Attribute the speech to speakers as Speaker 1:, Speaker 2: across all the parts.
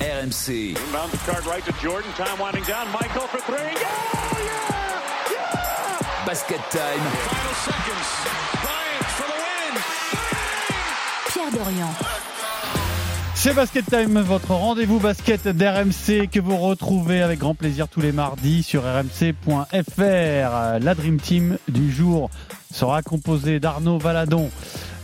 Speaker 1: RMC.
Speaker 2: Inbound Cartwright to Jordan. Time winding down. Michael for three. Yeah! Yeah! Yeah!
Speaker 1: Basket Time.
Speaker 3: Final seconds. Bryant for the win.
Speaker 4: Pierre Dorian.
Speaker 5: C'est Basket Time, votre rendez-vous basket d'RMC que vous retrouvez avec grand plaisir tous les mardis sur rmc.fr. La Dream Team du jour sera composée d'Arnaud Valadon,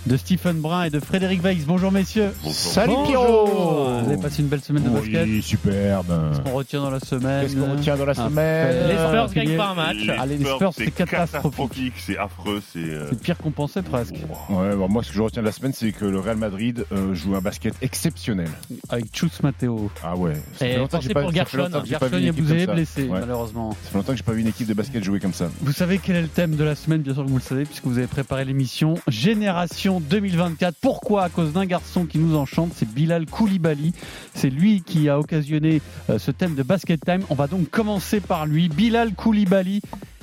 Speaker 5: de Stephen Brun et de Frédéric Weiss. Bonjour messieurs.
Speaker 6: Salut Pierrot
Speaker 5: Vous avez passé une belle semaine de basket.
Speaker 6: Oui, superbe
Speaker 5: On retient dans la semaine.
Speaker 6: Qu'est-ce qu'on retient dans la
Speaker 5: Ah,
Speaker 6: semaine
Speaker 5: Les Spurs
Speaker 6: gagnent
Speaker 5: pas un match. Allez, les Spurs, c'est catastrophique.
Speaker 7: c'est affreux, c'est. euh,
Speaker 5: C'est pire qu'on pensait presque.
Speaker 6: Ouais, bon, moi ce que je retiens de la semaine, c'est que le Real Madrid euh, joue un basket exceptionnel.
Speaker 5: Avec Chus Matteo.
Speaker 6: Ah ouais. Ça
Speaker 5: Et
Speaker 6: fait longtemps que
Speaker 5: pensez
Speaker 6: j'ai pas-
Speaker 5: pour
Speaker 6: ça fait
Speaker 5: Gershon.
Speaker 6: longtemps que j'ai pas
Speaker 5: Gershon
Speaker 6: vu une équipe comme
Speaker 5: Yabouzé est
Speaker 6: ça.
Speaker 5: blessé,
Speaker 6: Ouais.
Speaker 5: malheureusement.
Speaker 6: Ça fait longtemps que j'ai pas vu une équipe de basket jouer comme ça.
Speaker 5: Vous savez quel est le thème de la semaine, bien sûr que vous le savez, puisque vous avez préparé l'émission Génération 2024. Pourquoi À cause d'un garçon qui nous enchante, c'est Bilal Koulibaly. C'est lui qui a occasionné euh, ce thème de Basket Time. On va donc commencer par lui. Bilal Koulibaly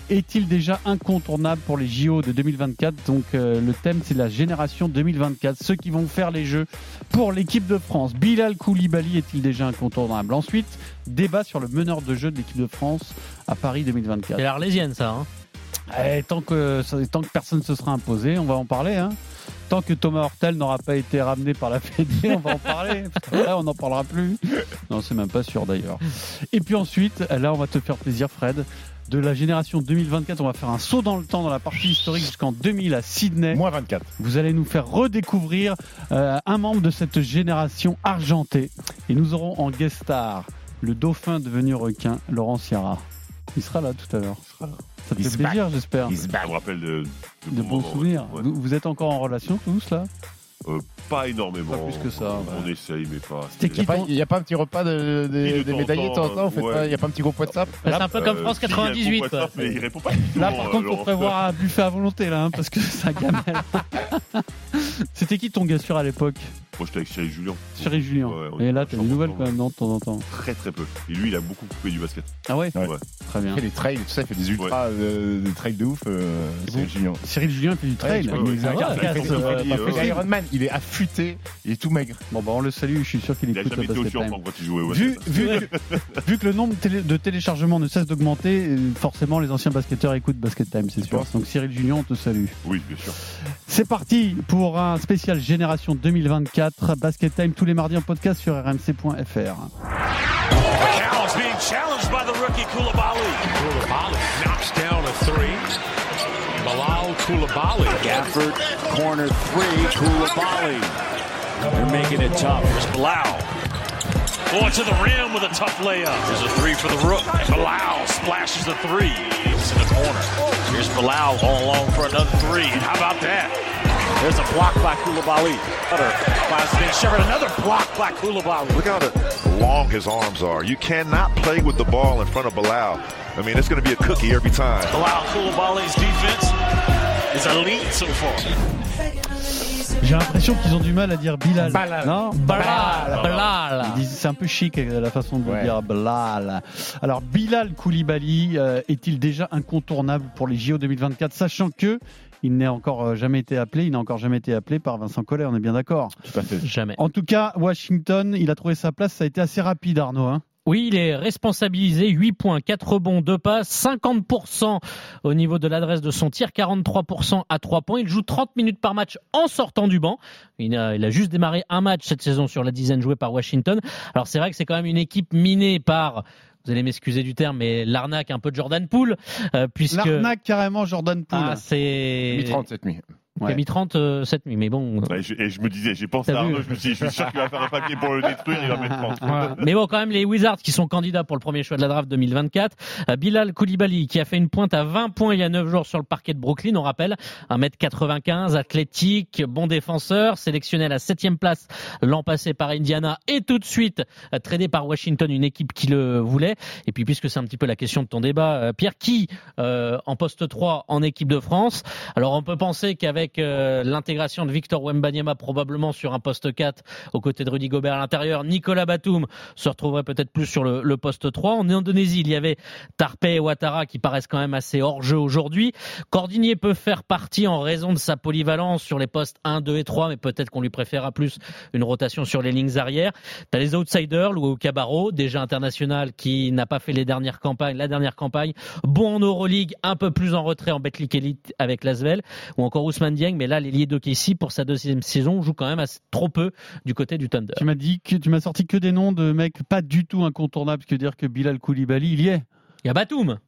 Speaker 5: est-il déjà incontournable pour les JO de 2024 Donc euh, le thème, c'est la Génération 2024, ceux qui vont faire les Jeux pour l'équipe de France. Bilal Koulibaly est-il déjà incontournable Ensuite, débat sur le meneur de jeu de l'équipe de France à Paris 2024.
Speaker 8: C'est l'arlésienne, ça. hein.
Speaker 5: Eh, tant, que, tant que personne ne se sera imposé, on va en parler. hein. Tant que Thomas Hortel n'aura pas été ramené par la Fédé, on va en parler. Parce que Là, on n'en parlera plus. Non, c'est même pas sûr d'ailleurs. Et puis ensuite, là, on va te faire plaisir, Fred. De la génération 2024, on va faire un saut dans le temps dans la partie historique jusqu'en 2000 à Sydney.
Speaker 6: Moins 24.
Speaker 5: Vous allez nous faire redécouvrir euh, un membre de cette génération argentée. Et nous aurons en guest star le dauphin devenu requin, Laurent Sierra. Il sera là tout à l'heure. Ça te
Speaker 6: Il
Speaker 5: fait
Speaker 6: se
Speaker 5: plaisir, j'espère.
Speaker 6: Ils se
Speaker 7: Je
Speaker 6: battent.
Speaker 7: me rappelle de,
Speaker 5: De bons
Speaker 7: moments,
Speaker 5: souvenirs.
Speaker 7: ouais.
Speaker 5: Vous, vous êtes encore en relation tous là
Speaker 7: Euh, pas énormément.
Speaker 5: Pas plus que ça,
Speaker 7: On
Speaker 5: ouais.
Speaker 7: essaye, mais pas.
Speaker 5: C'était
Speaker 6: Il
Speaker 5: qui
Speaker 6: n'y a, pas un petit repas de, de-
Speaker 7: Et de
Speaker 6: des
Speaker 7: temps en
Speaker 6: médaillés de temps en
Speaker 7: temps,
Speaker 6: temps, vous faites
Speaker 7: ouais.
Speaker 6: pas- Il n'y a pas un petit groupe WhatsApp
Speaker 8: C'est un peu comme
Speaker 7: Euh,
Speaker 8: France
Speaker 7: si, il répond
Speaker 8: 98.
Speaker 7: pas
Speaker 8: quoi.
Speaker 7: ça, mais il répond pas. du tout,
Speaker 5: Là par
Speaker 7: euh,
Speaker 5: contre, faut
Speaker 7: Laurent.
Speaker 5: prévoir un buffet à volonté là, hein, parce que ça gamelle. C'était qui ton gars sûr à l'époque
Speaker 7: Moi, j'étais avec Cyril Julien.
Speaker 5: Chéri Julien.
Speaker 7: Ouais, on
Speaker 5: Et
Speaker 7: est
Speaker 5: là,
Speaker 7: en
Speaker 5: t'as des
Speaker 7: chambre
Speaker 5: nouvelles
Speaker 7: ensemble.
Speaker 5: quand même, non, de temps en temps.
Speaker 7: Très très peu. Et lui, il a beaucoup coupé du basket.
Speaker 5: Ah ouais
Speaker 6: Ouais.
Speaker 5: Très bien.
Speaker 6: Il fait des trails, et tout ça, il fait des ultras, euh, des trails de ouf. euh, c'est génial.
Speaker 5: Cyril Julien fait du trail.
Speaker 6: Ouais, tu vois, il
Speaker 5: Ah ouais,
Speaker 6: regarde, il
Speaker 5: regarde,
Speaker 6: fait-
Speaker 5: euh,
Speaker 6: il fait-
Speaker 5: pas
Speaker 6: il fait
Speaker 5: possible.
Speaker 6: Iron Man, il est affûté, il est tout maigre.
Speaker 5: Bon bah on le salue, je suis sûr qu'il
Speaker 7: Il a
Speaker 5: écoute
Speaker 7: jamais
Speaker 5: le
Speaker 7: été
Speaker 5: basket
Speaker 7: aussi en
Speaker 5: time.
Speaker 7: forme quand il jouait au
Speaker 5: Vu,
Speaker 7: basket.
Speaker 5: vu, que, vu que le nombre télé- de téléchargements ne cesse d'augmenter, euh, forcément les anciens basketteurs écoutent Basket Time, c'est sûr.
Speaker 6: penses
Speaker 5: Donc Cyril Julien, on te salue.
Speaker 7: Oui, bien sûr.
Speaker 5: C'est parti pour un spécial Génération 2024 Basket Time tous les mardis en podcast sur rmc.fr.
Speaker 2: Challenge being challenged by the rookie Koulibaly.
Speaker 3: Koulibaly knocks down a three. Bilal Koulibaly.
Speaker 2: Gafford, corner three, Koulibaly. They're making it tough. Here's Blau. Oh, to the rim with a tough layup. There's a three for the Rook. Blau splashes the three. It's in the corner. Here's Blau all alone for another three. And how about that? There's a block by Koulibaly. Cutter finds Ben Shepard. Another block by Koulibaly.
Speaker 9: Look how the long his arms are. You cannot play with the ball in front of Bilal. I mean, it's going to be a cookie every time.
Speaker 2: Blau Koulibaly's defense is elite so far.
Speaker 5: J'ai l'impression qu'ils ont du mal à dire Bilal.
Speaker 6: Balal.
Speaker 5: Non
Speaker 8: Blal, blal.
Speaker 5: Ils disent- C'est un peu chic euh, la façon de le
Speaker 6: Ouais.
Speaker 5: dire Bilal. Alors Bilal Koulibaly euh, est-il déjà incontournable pour les JO 2024 sachant que il n'est encore euh, jamais été appelé, il n'a encore jamais été appelé par Vincent Collet, on est bien d'accord.
Speaker 6: Tout à fait.
Speaker 8: Jamais.
Speaker 5: En tout cas, Washington, il a trouvé sa place, ça a été assez rapide Arnaud. hein.
Speaker 8: Oui, il est responsabilisé. 8 points, 4 rebonds, 2 passes, 50% au niveau de l'adresse de son tir, 43% à 3 points. Il joue 30 minutes par match en sortant du banc. Il a, il a juste démarré un match cette saison sur la dizaine jouée par Washington. Alors c'est vrai que c'est quand même une équipe minée par, vous allez m'excuser du terme, mais l'arnaque un peu de Jordan Poole, euh, puisque...
Speaker 5: L'arnaque carrément Jordan Poole.
Speaker 8: Ah, c'est...
Speaker 6: Mi 30 cette nuit.
Speaker 8: Il a mis 30 euh, cette nuit, mais bon...
Speaker 7: Ouais, je- et je me disais, j'ai pensé
Speaker 8: T'as
Speaker 7: à
Speaker 8: vu
Speaker 7: Arnaud, je me suis dit, je suis sûr qu'il va faire un papier pour le détruire, il va mettre 30.
Speaker 8: Voilà. Mais bon, quand même, les Wizards qui sont candidats pour le premier choix de la draft 2024. Euh, Bilal Koulibaly qui a fait une pointe à 20 points il y a 9 jours sur le parquet de Brooklyn, on rappelle. 1m95, athlétique, bon défenseur, sélectionné à la 7 place l'an passé par Indiana et tout de suite euh, traité par Washington, une équipe qui le voulait. Et puis, puisque c'est un petit peu la question de ton débat, euh, Pierre, qui euh, en poste 3 en équipe de France Alors, on peut penser qu'avec avec euh, l'intégration de Victor Wembanyama probablement sur un poste 4 aux côtés de Rudy Gobert à l'intérieur. Nicolas Batum se retrouverait peut-être plus sur le, le poste 3. En Indonésie, il y avait Tarpe et Ouattara qui paraissent quand même assez hors jeu aujourd'hui. Cordinier peut faire partie en raison de sa polyvalence sur les postes 1, 2 et 3, mais peut-être qu'on lui préférera plus une rotation sur les lignes arrières. T'as les outsiders, Louis Cabarro, déjà international, qui n'a pas fait les dernières campagnes, la dernière campagne. Bon en Euroleague, un peu plus en retrait en Betclic Elite avec Lasvel, ou encore Ousmane Dieng, mais là, l'ailier d'Okessi pour sa deuxième saison joue quand même assez, trop peu du côté du Thunder.
Speaker 5: Tu m'as dit que tu m'as sorti que des noms de mecs pas du tout incontournables, ce que dire que Bilal Koulibaly, il y est.
Speaker 8: Il y a Batum.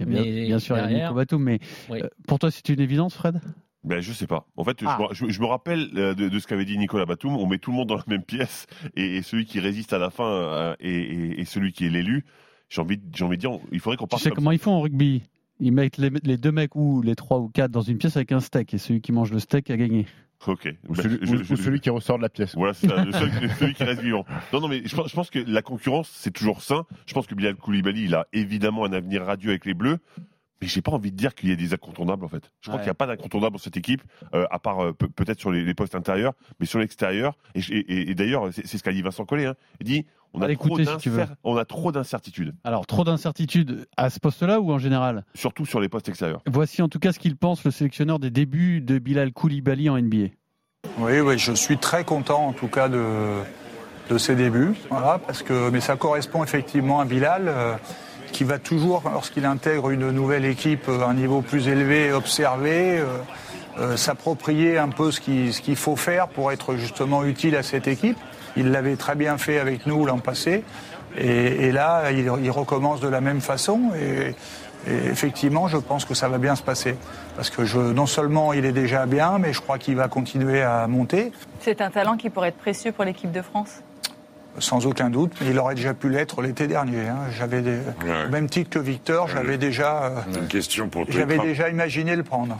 Speaker 5: Il y a bien,
Speaker 8: Mais
Speaker 5: bien sûr, il y a
Speaker 8: derrière-
Speaker 5: Nico Batum, mais
Speaker 8: Oui.
Speaker 5: euh, pour toi, c'est une évidence, Fred
Speaker 7: Ben, je sais pas. En fait, je
Speaker 5: Ah.
Speaker 7: me- je, je me rappelle euh, de, de ce qu'avait dit Nicolas Batum. On met tout le monde dans la même pièce et, et celui qui résiste à la fin euh, et, et- et celui qui est l'élu. J'ai envie, de- j'ai envie de dire, il faudrait qu'on
Speaker 5: Tu
Speaker 7: parte.
Speaker 5: sais
Speaker 7: comme
Speaker 5: comment ils font en rugby Ils mettent les, les deux mecs ou les trois ou quatre dans une pièce avec un steak, et celui qui mange le steak a gagné.
Speaker 7: ça. Ok.
Speaker 6: Ou
Speaker 7: Ben,
Speaker 6: celui,
Speaker 7: je-
Speaker 6: Bah, ou-
Speaker 7: je-
Speaker 6: ou celui qui ressort de la pièce.
Speaker 7: Voilà, c'est ça, le seul- le- celui qui reste vivant. Non, non, mais je pense, je pense que la concurrence, c'est toujours sain. Je pense que Bilal Koulibaly, il a évidemment un avenir radieux avec les Bleus, mais j'ai pas envie de dire qu'il y a des incontournables, en fait. Je crois
Speaker 8: Ouais.
Speaker 7: qu'il n'y a pas d'incontournable dans cette équipe, euh, à part euh, pe- peut-être sur les, les postes intérieurs, mais sur l'extérieur. Et, je- et- et- et d'ailleurs, c'est c'est ce qu'a dit Vincent Collet. hein. Il dit on a,
Speaker 5: Allez,
Speaker 7: trop
Speaker 5: écoutez, si tu veux.
Speaker 7: d'incer- on a trop d'incertitudes,
Speaker 5: Alors, trop d'incertitudes à ce poste-là ou en général
Speaker 7: surtout sur les postes extérieurs.
Speaker 5: Voici en tout cas ce qu'il pense, le sélectionneur des débuts de Bilal Koulibaly en NBA.
Speaker 1: Oui, oui, je suis très content en tout cas de, de ces débuts. Voilà, parce que, mais ça correspond effectivement à Bilal, euh, qui va toujours, lorsqu'il intègre une nouvelle équipe euh, à un niveau plus élevé, observer, euh, euh, s'approprier un peu ce qui- ce qu'il faut faire pour être justement utile à cette équipe. Il l'avait très bien fait avec nous l'an passé. Et, et là, il, il recommence de la même façon. Et, et effectivement, je pense que ça va bien se passer. Parce que je, non seulement il est déjà bien, mais je crois qu'il va continuer à monter,
Speaker 10: C'est un talent qui pourrait être précieux pour l'équipe de France.
Speaker 1: sans aucun doute. Il aurait déjà pu l'être l'été dernier. hein. J'avais des- au même titre que Victor, j'avais déjà, euh,
Speaker 11: Une question pour toi.
Speaker 1: j'avais déjà imaginé le prendre.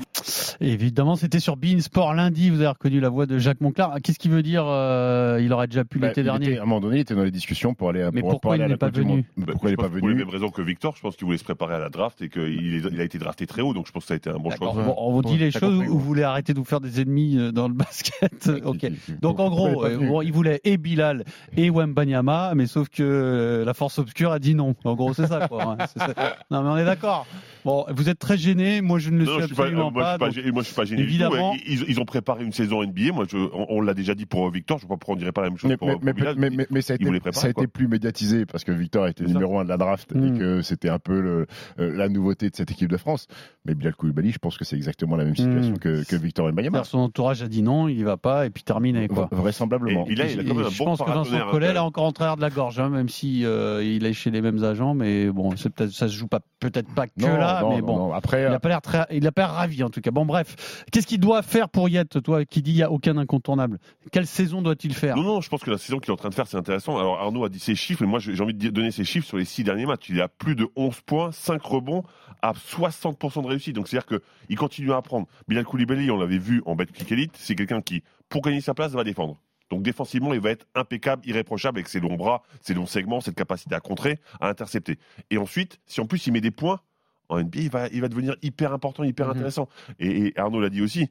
Speaker 5: Et Évidemment, c'était sur Sport lundi. Vous avez reconnu la voix de Jacques Monclar. Qu'est-ce qui veut dire euh, Il aurait déjà pu
Speaker 6: Bah,
Speaker 5: l'été
Speaker 6: il
Speaker 5: dernier.
Speaker 6: était- à un moment donné, il était dans les discussions pour aller à,
Speaker 5: Mais
Speaker 6: pour,
Speaker 5: pourquoi
Speaker 6: pour aller
Speaker 5: il
Speaker 6: à la
Speaker 5: n'est pas
Speaker 6: Coupe du
Speaker 5: venu
Speaker 6: Monde.
Speaker 7: Ben,
Speaker 6: Pourquoi
Speaker 7: je
Speaker 6: il n'est
Speaker 7: pense
Speaker 6: pas
Speaker 7: que Pour les
Speaker 6: venu
Speaker 7: mêmes raisons que Victor, je pense qu'il voulait se préparer à la draft et qu'il est- il a été drafté très haut, donc je pense que ça a été un bon
Speaker 5: D'accord.
Speaker 7: choix.
Speaker 5: Bon, on vous dit
Speaker 6: Ouais,
Speaker 5: les
Speaker 6: t'as
Speaker 5: choses
Speaker 6: compris,
Speaker 5: ou vous
Speaker 6: ouais.
Speaker 5: voulez arrêter de vous faire des ennemis euh, dans le basket Ok.
Speaker 6: Il- il-
Speaker 5: Donc en
Speaker 6: pourquoi
Speaker 5: gros,
Speaker 6: il est pas
Speaker 5: euh,
Speaker 6: venu
Speaker 5: bon, il voulait et Bilal et Wembanyama, mais sauf que euh, la force obscure a dit non. En gros, c'est ça quoi. hein. C'est ça. Non mais on est d'accord. Bon, vous êtes très gêné. Moi, je ne le
Speaker 7: Non,
Speaker 5: suis
Speaker 7: je suis pas,
Speaker 5: absolument
Speaker 7: euh, moi,
Speaker 5: pas.
Speaker 7: je suis
Speaker 5: donc-
Speaker 7: pas, gê- moi, je suis pas gêné du tout. hein.
Speaker 5: évidemment-
Speaker 7: Ils, ils ont préparé une saison NBA. Moi, je, on, on l'a déjà dit pour euh, Victor. Je ne sais pas pourquoi on dirait pas la même chose
Speaker 6: Mais,
Speaker 7: pour,
Speaker 6: mais-
Speaker 7: euh, pour
Speaker 6: mais-
Speaker 7: Bilal.
Speaker 6: mais- mais- mais ça a,
Speaker 7: il
Speaker 6: été,
Speaker 7: voulait préparer,
Speaker 6: ça a
Speaker 7: quoi.
Speaker 6: été plus médiatisé parce que Victor a été
Speaker 7: C'est ça.
Speaker 6: numéro un de la draft
Speaker 5: Mm.
Speaker 6: et que c'était un peu le- euh, la nouveauté de cette équipe de France. Mais Bilal Koulibaly, je pense que c'est exactement la même situation
Speaker 5: Mm.
Speaker 6: que, que Victor Wembanyama.
Speaker 5: C'est-à-dire, Son entourage a dit non, il y va pas, et puis terminé quoi.
Speaker 6: V- Vraisemblablement.
Speaker 7: Et il a- il a
Speaker 5: Et
Speaker 7: quand même un
Speaker 5: je
Speaker 7: bon
Speaker 5: pense que Vincent
Speaker 7: paratonnerre, hein,
Speaker 5: Collet
Speaker 7: quand
Speaker 5: l'a encore en travers de la gorge, hein, même si euh, il est chez les mêmes agents, mais bon, c'est peut-être ça se joue pas peut-être pas que
Speaker 6: Non,
Speaker 5: là,
Speaker 6: non,
Speaker 5: mais
Speaker 6: non,
Speaker 5: bon.
Speaker 6: non. Après,
Speaker 5: Il n'a pas l'air très- il a pas l'air ravi en tout cas. Bon bref, qu'est-ce qu'il doit faire pour y être toi qui dis il y a aucun incontournable Quelle saison doit-il faire
Speaker 7: Non, non, je pense que la saison qu'il est en train de faire, c'est intéressant. Alors, Arnaud a dit ses chiffres, mais moi, j'ai j'ai envie de dire- donner ses chiffres sur les six derniers matchs. Il est à plus de 11 points, 5 rebonds, à 60% de réussite. Donc, c'est-à-dire qu'il continue à apprendre. Bilal Koulibaly, on l'avait vu en Betclic Elite, c'est quelqu'un qui, pour gagner sa place, va défendre. Donc, défensivement, il va être impeccable, irréprochable avec ses longs bras, ses longs segments, cette capacité à contrer, à intercepter. Et ensuite, si en plus il met des points, en NBA, il va, il va devenir hyper important, hyper
Speaker 8: Mhm.
Speaker 7: intéressant. Et, et Arnaud l'a dit aussi,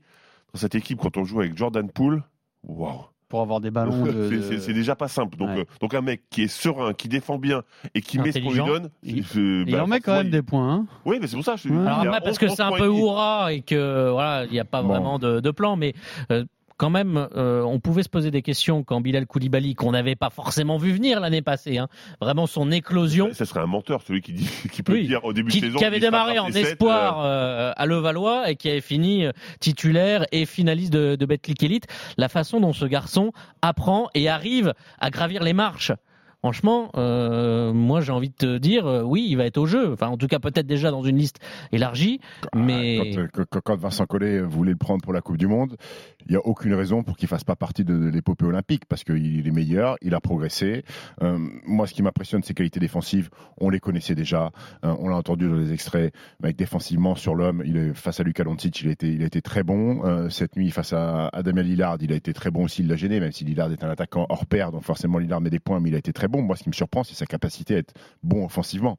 Speaker 7: dans cette équipe, quand on joue avec Jordan Poole, waouh!
Speaker 5: pour avoir des ballons de,
Speaker 7: C'est-
Speaker 5: de-
Speaker 7: c'est- C'est déjà pas simple. Donc,
Speaker 5: Ouais.
Speaker 7: euh, donc un mec qui est serein, qui défend bien et qui met ce qu'on lui
Speaker 8: Intelligent.
Speaker 7: donne.
Speaker 5: Il-
Speaker 7: c'est- euh,
Speaker 5: Il
Speaker 7: bah,
Speaker 5: en met quand
Speaker 7: forcément,
Speaker 5: même
Speaker 7: il-
Speaker 5: des points. hein.
Speaker 7: Oui, mais c'est pour ça. je-
Speaker 5: Ouais.
Speaker 7: il
Speaker 8: Alors
Speaker 7: a
Speaker 8: après,
Speaker 7: 11,
Speaker 8: parce que c'est un
Speaker 7: 11,
Speaker 8: peu
Speaker 7: et demi.
Speaker 8: hurrah et que voilà, il n'y a pas
Speaker 6: Bon.
Speaker 8: vraiment de, de plan, mais euh, quand même, euh, on pouvait se poser des questions quand Bilal Koulibaly, qu'on n'avait pas forcément vu venir l'année passée, hein, vraiment son éclosion,
Speaker 7: Ça serait un menteur, celui qui, dit, qui peut
Speaker 8: Oui.
Speaker 7: dire au début
Speaker 8: qui,
Speaker 7: de saison.
Speaker 8: qui avait
Speaker 7: il sera
Speaker 8: démarré en
Speaker 7: parti sept,
Speaker 8: espoir euh, à Levallois et qui avait fini euh, titulaire et finaliste de, de Betclic Elite, la façon dont ce garçon apprend et arrive à gravir les marches. Franchement, euh, moi j'ai envie de te dire, euh, oui, il va être au jeu. Enfin, en tout cas, peut-être déjà dans une liste élargie, mais
Speaker 6: Quand, euh, que- que- quand Vincent Collet voulait le prendre pour la Coupe du Monde, il n'y a aucune raison pour qu'il fasse pas partie de, de l'épopée olympique parce qu'il est meilleur, il a progressé. Euh, moi, ce qui m'impressionne, ses qualités défensives, on les connaissait déjà, Euh, on l'a entendu dans les extraits. Mais défensivement sur l'homme, il est face à Luka Doncic, il a été, il a été très bon. Euh, cette nuit, face à Adamel Lillard, il a été très bon aussi. Il l'a gêné, même si Lillard est un attaquant hors pair, donc forcément Lillard met des points, mais il a été très bon. bon. Moi, ce qui me surprend, c'est sa capacité à être bon offensivement.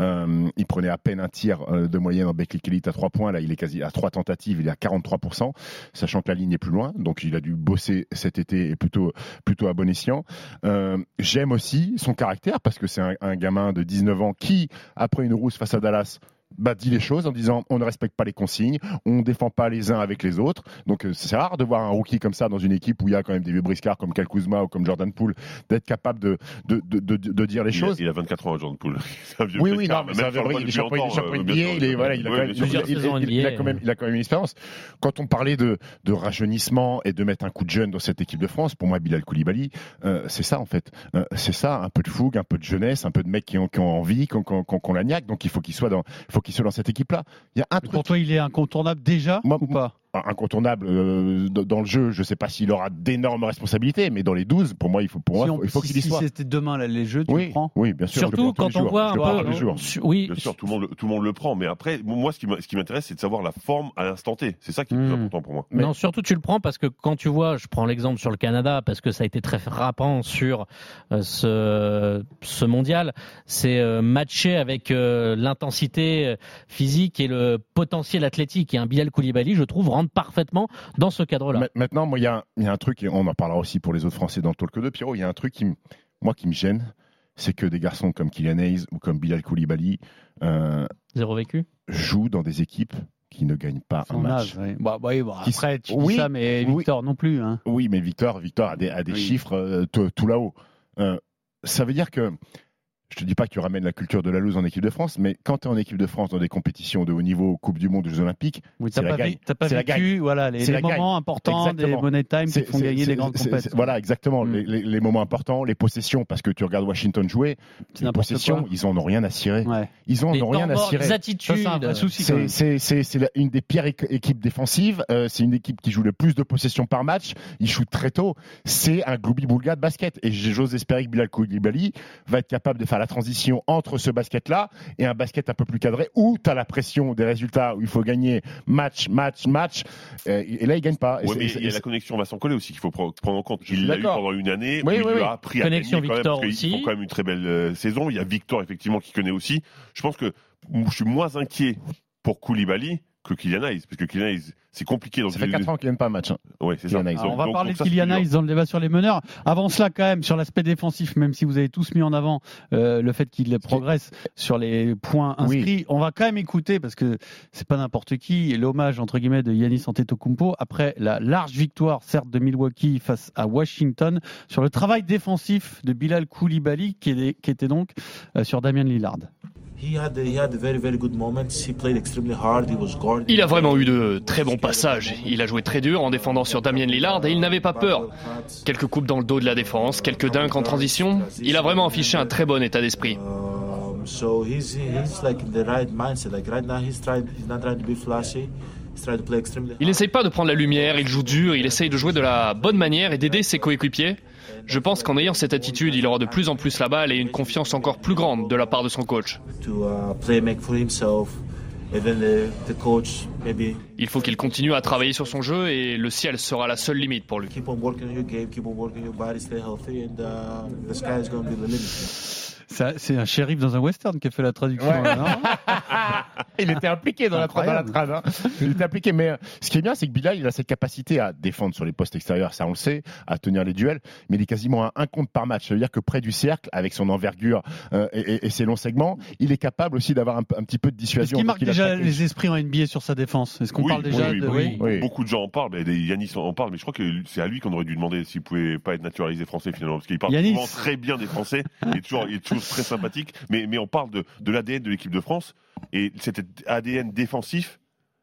Speaker 6: Euh, il prenait à peine un tir euh, de moyenne en Beckley Elite à 3 points. Là, il est quasi à 3 tentatives, il est à 43%, sachant que la ligne est plus loin. Donc, il a dû bosser cet été et plutôt, plutôt à bon escient. Euh, J'aime aussi son caractère parce que c'est un, un gamin de 19 ans qui, après une rousse face à Dallas, bah, dit les choses en disant on ne respecte pas les consignes, on ne défend pas les uns avec les autres. Donc euh, c'est rare de voir un rookie comme ça dans une équipe où il y a quand même des vieux briscards comme Kalkuzma ou comme Jordan Poole, d'être capable de, de, de, de, de dire les
Speaker 7: il,
Speaker 6: choses.
Speaker 7: A, il a 24 ans, hein, Jordan Poole. C'est un vieux
Speaker 6: Oui, oui,
Speaker 7: briscard,
Speaker 6: non,
Speaker 7: même
Speaker 6: mais c'est un
Speaker 7: sur le
Speaker 6: vrai,
Speaker 7: banc
Speaker 6: il est
Speaker 7: depuis
Speaker 6: champion, il est
Speaker 7: longtemps,
Speaker 6: champion
Speaker 7: euh,
Speaker 6: NBA,
Speaker 7: bien sûr,
Speaker 6: il est- voilà, il a
Speaker 7: oui,
Speaker 6: quand même-
Speaker 7: bien sûr.
Speaker 8: plusieurs
Speaker 6: il- il-
Speaker 8: saisons
Speaker 6: il- il a
Speaker 8: NBA.
Speaker 6: quand même- il a quand même une expérience. Quand on parlait de, de rajeunissement et de mettre un coup de jeune dans cette équipe de France, pour moi, Bilal Koulibaly, euh, c'est ça en fait. Euh, c'est ça, un peu de fougue, un peu de jeunesse, un peu de mecs qui ont, qui ont envie, qu'on qu'on qu'on- qu'on la niaque. Donc il faut qu'il soit dans, il faut qu'il soit dans cette équipe-là. Il y a un truc
Speaker 5: Pour toi, il est incontournable déjà
Speaker 6: Moi,
Speaker 5: ou pas
Speaker 6: incontournable euh, dans dans le jeu. Je ne sais pas s'il aura d'énormes responsabilités, mais dans les 12, pour moi, il faut, pour moi,
Speaker 5: Si on-
Speaker 6: il faut
Speaker 5: si-
Speaker 6: qu'il y
Speaker 5: si
Speaker 6: soit.
Speaker 5: c'était demain là, les jeux, tu le
Speaker 6: Oui,
Speaker 5: prends
Speaker 6: oui, bien sûr. je le
Speaker 8: Surtout
Speaker 6: prends
Speaker 8: quand
Speaker 6: tous les
Speaker 8: on
Speaker 6: jours.
Speaker 8: voit un
Speaker 6: Je le prends
Speaker 8: peu.
Speaker 6: tous les jours.
Speaker 8: Su- Oui,
Speaker 7: Bien sûr, tout le, monde, le- tout le monde le prend. Mais après, moi, ce qui m'a- ce qui m'intéresse, c'est de savoir la forme à l'instant T. C'est ça qui est le plus
Speaker 8: Hmm.
Speaker 7: important pour moi.
Speaker 6: Mais-
Speaker 8: Non, surtout tu le prends parce que quand tu vois, je prends l'exemple sur le Canada parce que ça a été très frappant sur euh, ce, ce mondial, c'est euh, matché avec euh, l'intensité euh, physique et le potentiel athlétique et un Bilal Koulibaly, je trouve, rentre parfaitement dans ce cadre-là.
Speaker 6: Ma- Maintenant, moi, il y, a un- il y a un truc, et on en parlera aussi pour les autres Français dans le talk de Pierrot, il y a un truc qui, me- moi, qui me gêne, c'est que des garçons comme Kylian Hayes ou comme Bilal Koulibaly euh,
Speaker 8: Zéro vécu.
Speaker 6: jouent dans des équipes qui ne gagnent pas un
Speaker 5: Son
Speaker 6: match.
Speaker 5: âge, oui. Bah, bah oui, bah,
Speaker 6: Qui-
Speaker 5: après, tu dis
Speaker 6: oui,
Speaker 5: ça, mais
Speaker 6: oui.
Speaker 5: Victor non plus. hein.
Speaker 6: Oui, mais Victor, Victor a des, a des
Speaker 5: Oui.
Speaker 6: chiffres euh, tout, tout là-haut. Euh, ça veut dire que, je te dis pas que tu ramènes la culture de la loose en équipe de France, mais quand tu es en équipe de France dans des compétitions de haut niveau, Coupe du Monde, Jeux Olympiques,
Speaker 5: Oui,
Speaker 6: C'est
Speaker 5: t'as
Speaker 6: la
Speaker 5: pas, vé-
Speaker 6: gagne.
Speaker 5: t'as pas
Speaker 6: C'est la
Speaker 5: vécu voilà, les,
Speaker 6: C'est
Speaker 5: les
Speaker 6: la gagne.
Speaker 5: moments importants des
Speaker 6: Exactement.
Speaker 5: Money Time qui
Speaker 6: c'est-
Speaker 5: font
Speaker 6: c'est-
Speaker 5: gagner
Speaker 6: c'est-
Speaker 5: les grandes
Speaker 6: c'est- c'est-
Speaker 5: compétitions.
Speaker 6: Voilà, exactement.
Speaker 5: Mm.
Speaker 6: Les, les- les moments importants, les possessions, parce que tu regardes Washington jouer,
Speaker 5: C'est
Speaker 6: les
Speaker 5: n'importe
Speaker 6: possessions, ils en ont rien à cirer.
Speaker 5: quoi. Ouais.
Speaker 6: Ils en
Speaker 8: Les
Speaker 6: ont rien à
Speaker 8: temps morts,
Speaker 6: cirer.
Speaker 8: les
Speaker 5: Ça,
Speaker 8: attitudes.
Speaker 5: c'est un vrai souci. quand
Speaker 6: C'est-
Speaker 5: même.
Speaker 6: C'est c'est- c'est la- une des pires équ- équipes défensives. euh, c'est une équipe qui joue le plus de possessions par match. Il shoot très tôt. C'est un gloubi boulga de basket. Et j'ai- j'ose espérer que Bilal Koulibaly va être capable de faire la transition entre ce basket-là et un basket un peu plus cadré où tu as la pression des résultats où il faut gagner match, match, match. euh, et là, il gagne pas. Et
Speaker 7: Ouais,
Speaker 6: c'est-
Speaker 7: mais
Speaker 6: et c'est-
Speaker 7: il y a la connexion Vincent Collet aussi qu'il faut pre- prendre en compte.
Speaker 6: Je suis
Speaker 7: Il l'a eu
Speaker 6: d'accord.
Speaker 7: pendant une année.
Speaker 6: Oui,
Speaker 7: où
Speaker 6: oui,
Speaker 7: il
Speaker 6: oui.
Speaker 7: a appris
Speaker 8: Connexion
Speaker 7: à gagner quand même,
Speaker 8: Victor
Speaker 7: parce qu'ils
Speaker 8: aussi.
Speaker 7: font quand même une très belle euh, saison. Il y a Victor, effectivement, qui connaît aussi. Je pense que m- je suis moins inquiet pour Koulibaly que Kylian Hayes, parce que Kylian Hayes, c'est compliqué dans
Speaker 6: ça fait 4 ans qu'il gagne pas un match. hein.
Speaker 7: Ouais, c'est ça.
Speaker 6: Kylian Hayes.
Speaker 5: Alors, on
Speaker 7: Donc-
Speaker 5: va
Speaker 7: donc-
Speaker 5: parler
Speaker 7: donc
Speaker 5: de
Speaker 7: ça, c'est
Speaker 5: Kylian
Speaker 7: dur.
Speaker 5: Hayes dans le débat sur les meneurs. Avant cela, quand même, sur l'aspect défensif, même si vous avez tous mis en avant euh, le fait qu'il progresse sur les points
Speaker 6: Oui.
Speaker 5: inscrits, on va quand même écouter, parce que c'est pas n'importe qui, et l'hommage, entre guillemets, de Yanis Antetokounmpo, après la large victoire, certes, de Milwaukee face à Washington, sur le travail défensif de Bilal Koulibaly, qui, est- qui était donc euh, sur Damien Lillard.
Speaker 11: Il a vraiment eu de très bons passages. Il a joué très dur en défendant sur Damien Lillard et il n'avait pas peur. Quelques coupes dans le dos de la défense, quelques dunks en transition. Il a vraiment affiché un très bon état d'esprit. Il n'essaye pas de prendre la lumière, il joue dur, il essaye de jouer de la bonne manière et d'aider ses coéquipiers. Je pense qu'en ayant cette attitude, il aura de plus en plus la balle et une confiance encore plus grande de la part de son coach. Il faut qu'il continue à travailler sur son jeu et le ciel sera la seule limite pour lui.
Speaker 12: uh,
Speaker 5: Ça, C'est un shérif dans un western qui a fait la traduction.
Speaker 6: Ouais.
Speaker 5: là, non
Speaker 6: Il était impliqué dans la, tra- dans la
Speaker 5: Incroyable.
Speaker 6: trame. hein. Il était impliqué. Mais euh, ce qui est bien, c'est que Bilal, il a cette capacité à défendre sur les postes extérieurs, ça on le sait, à tenir les duels, mais il est quasiment à un compte par match. Ça veut dire que près du cercle, avec son envergure euh, et, et- et ses longs segments, il est capable aussi d'avoir un, p- un petit peu de
Speaker 5: Est-ce
Speaker 6: dissuasion.
Speaker 5: qu'il
Speaker 6: Donc,
Speaker 5: marque
Speaker 6: il a
Speaker 5: déjà
Speaker 6: attrapé-
Speaker 5: les esprits en NBA sur sa défense Est-ce qu'on
Speaker 7: Oui,
Speaker 5: parle
Speaker 7: oui,
Speaker 5: déjà
Speaker 7: oui,
Speaker 5: de.
Speaker 7: oui.
Speaker 6: Oui.
Speaker 7: Beaucoup de gens en parlent, mais des- Yanis en parle, mais je crois que c'est à lui qu'on aurait dû demander s'il pouvait pas être naturalisé français finalement, parce qu'il parle
Speaker 5: Yanis.
Speaker 7: souvent très bien des Français, il est toujours, il est toujours très sympathique, mais, mais on parle de, de l'ADN de l'équipe de France, et cet ADN défensif,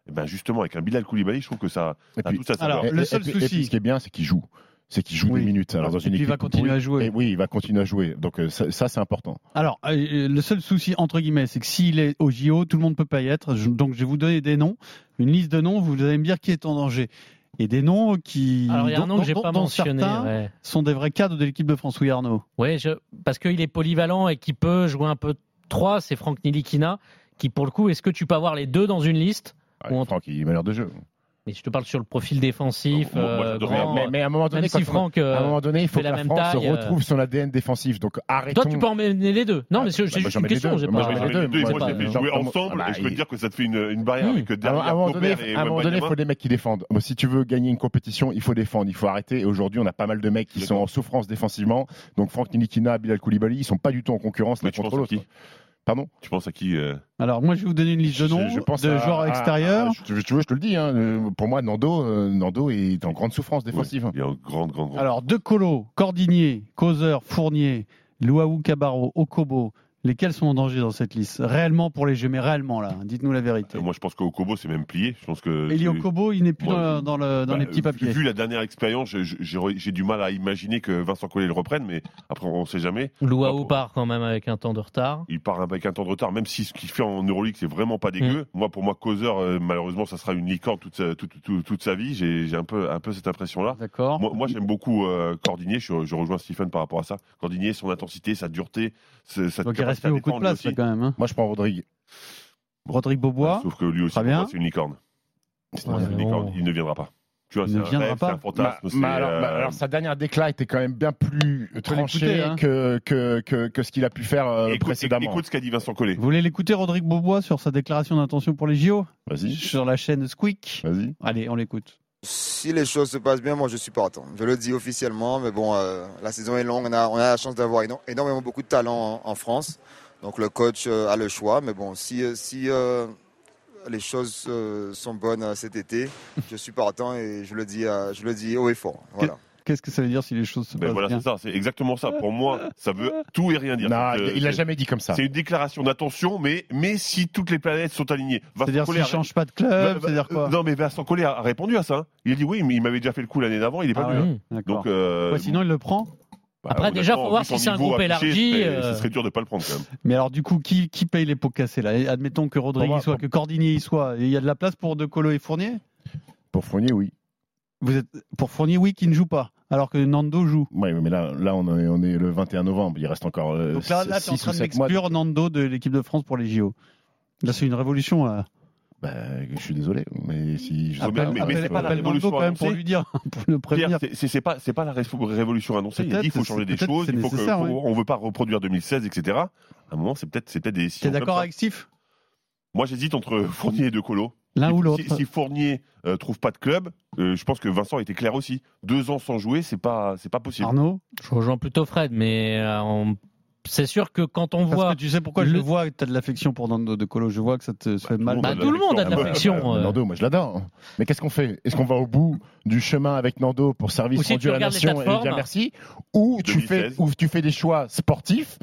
Speaker 7: eh ben justement avec un Bilal Koulibaly, je trouve que ça, ça
Speaker 6: Et
Speaker 7: a
Speaker 6: puis-
Speaker 7: tout ça. ça
Speaker 5: alors,
Speaker 7: va.
Speaker 5: le seul
Speaker 6: puis- puis
Speaker 5: souci-
Speaker 6: ce qui est bien, c'est qu'il joue. C'est qu'il joue
Speaker 5: Oui.
Speaker 6: des minutes. Alors, dans
Speaker 5: Et
Speaker 6: une
Speaker 5: puis, il
Speaker 6: équipe
Speaker 5: va continuer à jouer.
Speaker 6: Et oui, il va continuer à jouer. Donc, euh, ça, ça, c'est important.
Speaker 5: Alors, euh, le seul souci, entre guillemets, c'est que s'il est au JO, tout le monde peut pas y être. Je- donc, je vais vous donner des noms, une liste de noms, vous allez me dire qui est en danger. Et des noms qui.
Speaker 8: Alors il y a un
Speaker 5: dont-
Speaker 8: nom que j'ai
Speaker 5: dont-
Speaker 8: pas
Speaker 5: dont
Speaker 8: mentionné.
Speaker 5: certains
Speaker 8: ouais.
Speaker 5: sont des vrais cadres de l'équipe de France, oui, Arnaud.
Speaker 8: Ouais, je- parce qu'il est polyvalent et qui peut jouer un peu trois, c'est Franck Nilikina qui pour le coup, est-ce que tu peux avoir les deux dans une liste
Speaker 6: Ah,
Speaker 8: Ou en-
Speaker 6: Franck, il est malheur de jeu.
Speaker 8: Mais je te parle sur le profil défensif.
Speaker 7: Moi, moi,
Speaker 8: euh,
Speaker 7: j'adore-
Speaker 8: grand.
Speaker 6: mais, mais à un moment donné,
Speaker 8: Même
Speaker 6: quand
Speaker 8: si
Speaker 6: on-
Speaker 8: Franck, euh,
Speaker 6: à un moment donné, il faut
Speaker 8: fait
Speaker 6: que
Speaker 8: la
Speaker 6: la,
Speaker 8: même
Speaker 6: France
Speaker 8: taille, euh,
Speaker 6: retrouve son ADN défensif. Donc arrêtons.
Speaker 8: Toi, tu peux emmener les deux. Non, mais c'est c'est
Speaker 6: bah,
Speaker 8: juste
Speaker 6: j'en
Speaker 8: une
Speaker 6: mets les
Speaker 8: question.
Speaker 6: deux.
Speaker 8: j'ai
Speaker 6: Moi,
Speaker 8: pas-
Speaker 6: j'en mets les
Speaker 7: les
Speaker 6: deux,
Speaker 7: deux, et
Speaker 8: j'ai
Speaker 7: moi,
Speaker 8: pas-
Speaker 7: je les fais
Speaker 6: genre,
Speaker 7: jouer
Speaker 6: comment-
Speaker 7: ensemble,
Speaker 6: Ah bah,
Speaker 7: et je peux te
Speaker 6: il-
Speaker 7: dire que ça te fait une, une barrière
Speaker 8: Mmh.
Speaker 7: avec
Speaker 6: À un
Speaker 7: derrière
Speaker 6: à un moment donné,
Speaker 7: Popper et
Speaker 6: à un moment donné, il
Speaker 7: Wembanyama.
Speaker 6: faut des mecs qui défendent. Moi, si tu veux gagner une compétition, il faut défendre, il faut arrêter. Et aujourd'hui, on a pas mal de mecs qui sont
Speaker 7: D'accord.
Speaker 6: en souffrance défensivement. Donc, Franck Nilikina, Bilal Koulibaly, ils sont pas du tout en concurrence
Speaker 7: Mais
Speaker 6: l'un
Speaker 7: tu
Speaker 6: contre
Speaker 7: penses à
Speaker 6: l'autre.
Speaker 7: qui
Speaker 6: Pardon
Speaker 7: Tu penses à qui euh,
Speaker 5: Alors, moi, je vais vous donner une liste de noms, de
Speaker 6: à-
Speaker 5: joueurs
Speaker 6: à-
Speaker 5: extérieurs.
Speaker 6: à- je, te- tu veux, je te le dis. hein, euh, pour moi, Nando, euh, Nando est en grande souffrance défensive.
Speaker 7: Il est en grande, grande, grande.
Speaker 5: hein. Alors, De Colo, Cordinier, Causeur, Fournier, Luaou Cabarro, Okobo, lesquels sont en danger dans cette liste Réellement pour les jeux, mais réellement là, dites-nous la vérité.
Speaker 7: Euh, Moi, je pense qu'Okobo, c'est même plié. Je pense que.
Speaker 5: Eli
Speaker 7: c'est-
Speaker 5: Okobo, il n'est plus
Speaker 7: Moi,
Speaker 5: dans, dans le- dans
Speaker 7: Bah,
Speaker 5: les petits
Speaker 7: vu-
Speaker 5: papiers.
Speaker 7: Vu la dernière expérience, je- je- j'ai re- j'ai du mal à imaginer que Vincent Collet le reprenne, mais après, on ne sait jamais.
Speaker 8: Luau
Speaker 7: Hop.
Speaker 8: part quand même avec un temps de retard.
Speaker 7: Il part avec un temps de retard, même si ce qu'il fait en Euroleague, c'est vraiment pas dégueu.
Speaker 6: Mm.
Speaker 7: Moi, pour moi, Causeur, euh, malheureusement, ça sera une licorne toute sa, toute, toute- toute sa vie. J'ai j'ai un peu, un peu cette impression-là.
Speaker 5: D'accord.
Speaker 7: Moi, moi, j'aime beaucoup euh, Cordinier. Je, je rejoins Stephen par rapport à ça. Cordinier, son intensité, sa dureté, sa, sa
Speaker 5: Donc il
Speaker 7: capacité
Speaker 5: reste
Speaker 7: à
Speaker 5: plus beaucoup de
Speaker 7: défendre
Speaker 5: place
Speaker 7: aussi.
Speaker 5: là, quand même. hein.
Speaker 6: Moi, je prends Rodrigue.
Speaker 5: Rodrigue Bobois.
Speaker 7: Sauf que lui aussi,
Speaker 5: Très
Speaker 7: pour
Speaker 5: bien.
Speaker 7: moi, c'est une licorne.
Speaker 6: C'est
Speaker 7: Pour moi,
Speaker 8: Ouais,
Speaker 7: c'est une
Speaker 8: non.
Speaker 7: licorne. Il ne viendra pas. Tu vois,
Speaker 5: Il
Speaker 7: c'est
Speaker 5: ne
Speaker 7: un rêve,
Speaker 5: viendra pas.
Speaker 7: C'est un fantasme.
Speaker 6: Ma-
Speaker 7: c'est,
Speaker 6: ma- alors,
Speaker 7: euh,
Speaker 6: ma- alors, sa dernière déclat était quand même bien plus
Speaker 5: l'écouter,
Speaker 6: tranchée
Speaker 5: hein.
Speaker 6: que, que, que, que ce qu'il a pu faire euh,
Speaker 7: écoute,
Speaker 6: précédemment.
Speaker 7: écoute ce qu'a dit Vincent Collet.
Speaker 5: Vous voulez l'écouter, Rodrigue Bobois, sur sa déclaration d'intention pour les JO
Speaker 6: Vas-y,
Speaker 5: Sur la chaîne Squeak.
Speaker 6: vas-y.
Speaker 5: Allez, on l'écoute.
Speaker 13: Si les choses se passent bien, moi je suis partant. Je le dis officiellement, mais bon, euh, la saison est longue. On a, on a la chance d'avoir éno- énormément beaucoup de talent en, en France. Donc le coach euh, a le choix. Mais bon, si, euh, si euh, les choses euh, sont bonnes euh, cet été, je suis partant et je le dis, euh, je le dis haut et fort. Voilà.
Speaker 5: Qu'est-ce que ça veut dire si les choses se
Speaker 7: Ben
Speaker 5: passent
Speaker 7: voilà,
Speaker 5: bien
Speaker 7: c'est ça, c'est exactement ça. Pour moi, ça veut tout et rien dire.
Speaker 6: Non,
Speaker 7: C'est-
Speaker 6: il- il l'a
Speaker 7: c'est-
Speaker 6: jamais dit comme ça.
Speaker 7: C'est une déclaration d'attention, mais, mais si toutes les planètes sont alignées. Vincent
Speaker 5: C'est-à-dire
Speaker 7: Collet
Speaker 5: s'il
Speaker 7: a-
Speaker 5: change pas de
Speaker 7: Va-
Speaker 5: club,
Speaker 7: va-
Speaker 5: c'est-à-dire quoi
Speaker 7: euh, Non, mais Vincent Collet a a répondu à ça. hein. Il a dit oui, mais il m'avait déjà fait le coup l'année d'avant, il est pas
Speaker 5: Ah
Speaker 7: venu.
Speaker 5: ouais,
Speaker 7: hein.
Speaker 8: Hum,
Speaker 5: d'accord.
Speaker 7: Donc, euh,
Speaker 5: Ouais, sinon, il le prend.
Speaker 7: bah,
Speaker 8: Après, déjà,
Speaker 7: honnêtement,
Speaker 8: faut voir
Speaker 7: vu
Speaker 8: si
Speaker 7: son
Speaker 8: c'est un
Speaker 7: niveau
Speaker 8: groupe
Speaker 7: affiché, ce
Speaker 8: élargi,
Speaker 7: serait-
Speaker 8: euh,
Speaker 7: Ce serait dur de pas le prendre quand même.
Speaker 5: Mais alors, du coup, qui, qui paye les pots cassés là Et Admettons que Rodrigue
Speaker 6: Pour moi,
Speaker 5: y soit,
Speaker 7: bah,
Speaker 6: pour-
Speaker 5: que Cordinier y soit. Il y a de la place pour De Colo et Fournier
Speaker 6: Pour Fournier, oui.
Speaker 5: Vous êtes pour Fournier, oui, qui ne joue pas, alors que Nando joue.
Speaker 6: Ouais, mais là, là on, est, on est le 21 novembre. Il reste encore euh,
Speaker 5: Donc là, là tu es en
Speaker 6: six
Speaker 5: train
Speaker 6: ou
Speaker 5: de
Speaker 6: sept mois.
Speaker 5: m'exclure Nando de l'équipe de France pour les JO. Là, c'est une révolution. Là.
Speaker 6: Bah, je suis désolé, mais si je
Speaker 7: Ah,
Speaker 6: sais
Speaker 7: mais-
Speaker 5: Appelle,
Speaker 7: mais-
Speaker 5: appelle-
Speaker 7: c'est pas la
Speaker 5: appelle Nando
Speaker 7: révolution
Speaker 5: quand même pour
Speaker 7: annoncée.
Speaker 5: lui dire, pour le
Speaker 7: Pierre,
Speaker 5: prévenir.
Speaker 7: c'est- c'est c'est pas c'est pas la réfo- révolution annoncée. Il a
Speaker 5: Peut-être,
Speaker 7: dit il faut
Speaker 5: c'est-
Speaker 7: changer des
Speaker 5: peut-être
Speaker 7: choses,
Speaker 5: c'est
Speaker 7: il faut que
Speaker 5: nécessaire,
Speaker 7: faut-
Speaker 5: oui.
Speaker 7: on veut pas reproduire 2016, etc. À un moment, c'est peut-être c'est peut-être des
Speaker 5: T'es
Speaker 7: décisions. comme
Speaker 5: d'accord
Speaker 7: ça.
Speaker 5: avec Steve
Speaker 7: Moi, j'hésite entre Fournier et De Colo.
Speaker 5: L'un
Speaker 7: Si-
Speaker 5: ou l'autre
Speaker 7: si, si Fournier euh, trouve pas de club, euh, je pense que Vincent était clair aussi. Deux ans sans jouer, c'est pas c'est pas possible.
Speaker 5: Arnaud
Speaker 8: Je rejoins plutôt Fred, mais euh, on- c'est sûr que quand on
Speaker 5: Parce
Speaker 8: voit.
Speaker 5: que tu sais pourquoi je
Speaker 8: le-
Speaker 5: le vois, tu as de l'affection pour Nando De Colo. Je vois que ça te se fait
Speaker 7: Ah, tout
Speaker 5: mal.
Speaker 7: le
Speaker 8: Bah,
Speaker 7: de
Speaker 8: tout le monde a de
Speaker 7: l'affection,
Speaker 8: l'affection. euh.
Speaker 6: Ah, Nando, moi je l'adore. Mais qu'est-ce qu'on fait Est-ce qu'on va au bout du chemin avec Nando pour service
Speaker 8: Ou si tu
Speaker 6: rendu à la
Speaker 8: regardes
Speaker 6: nation
Speaker 8: l'état
Speaker 6: et
Speaker 8: de forme.
Speaker 6: bien merci Ou tu, fais,
Speaker 7: 2016.
Speaker 6: ou tu fais des choix sportifs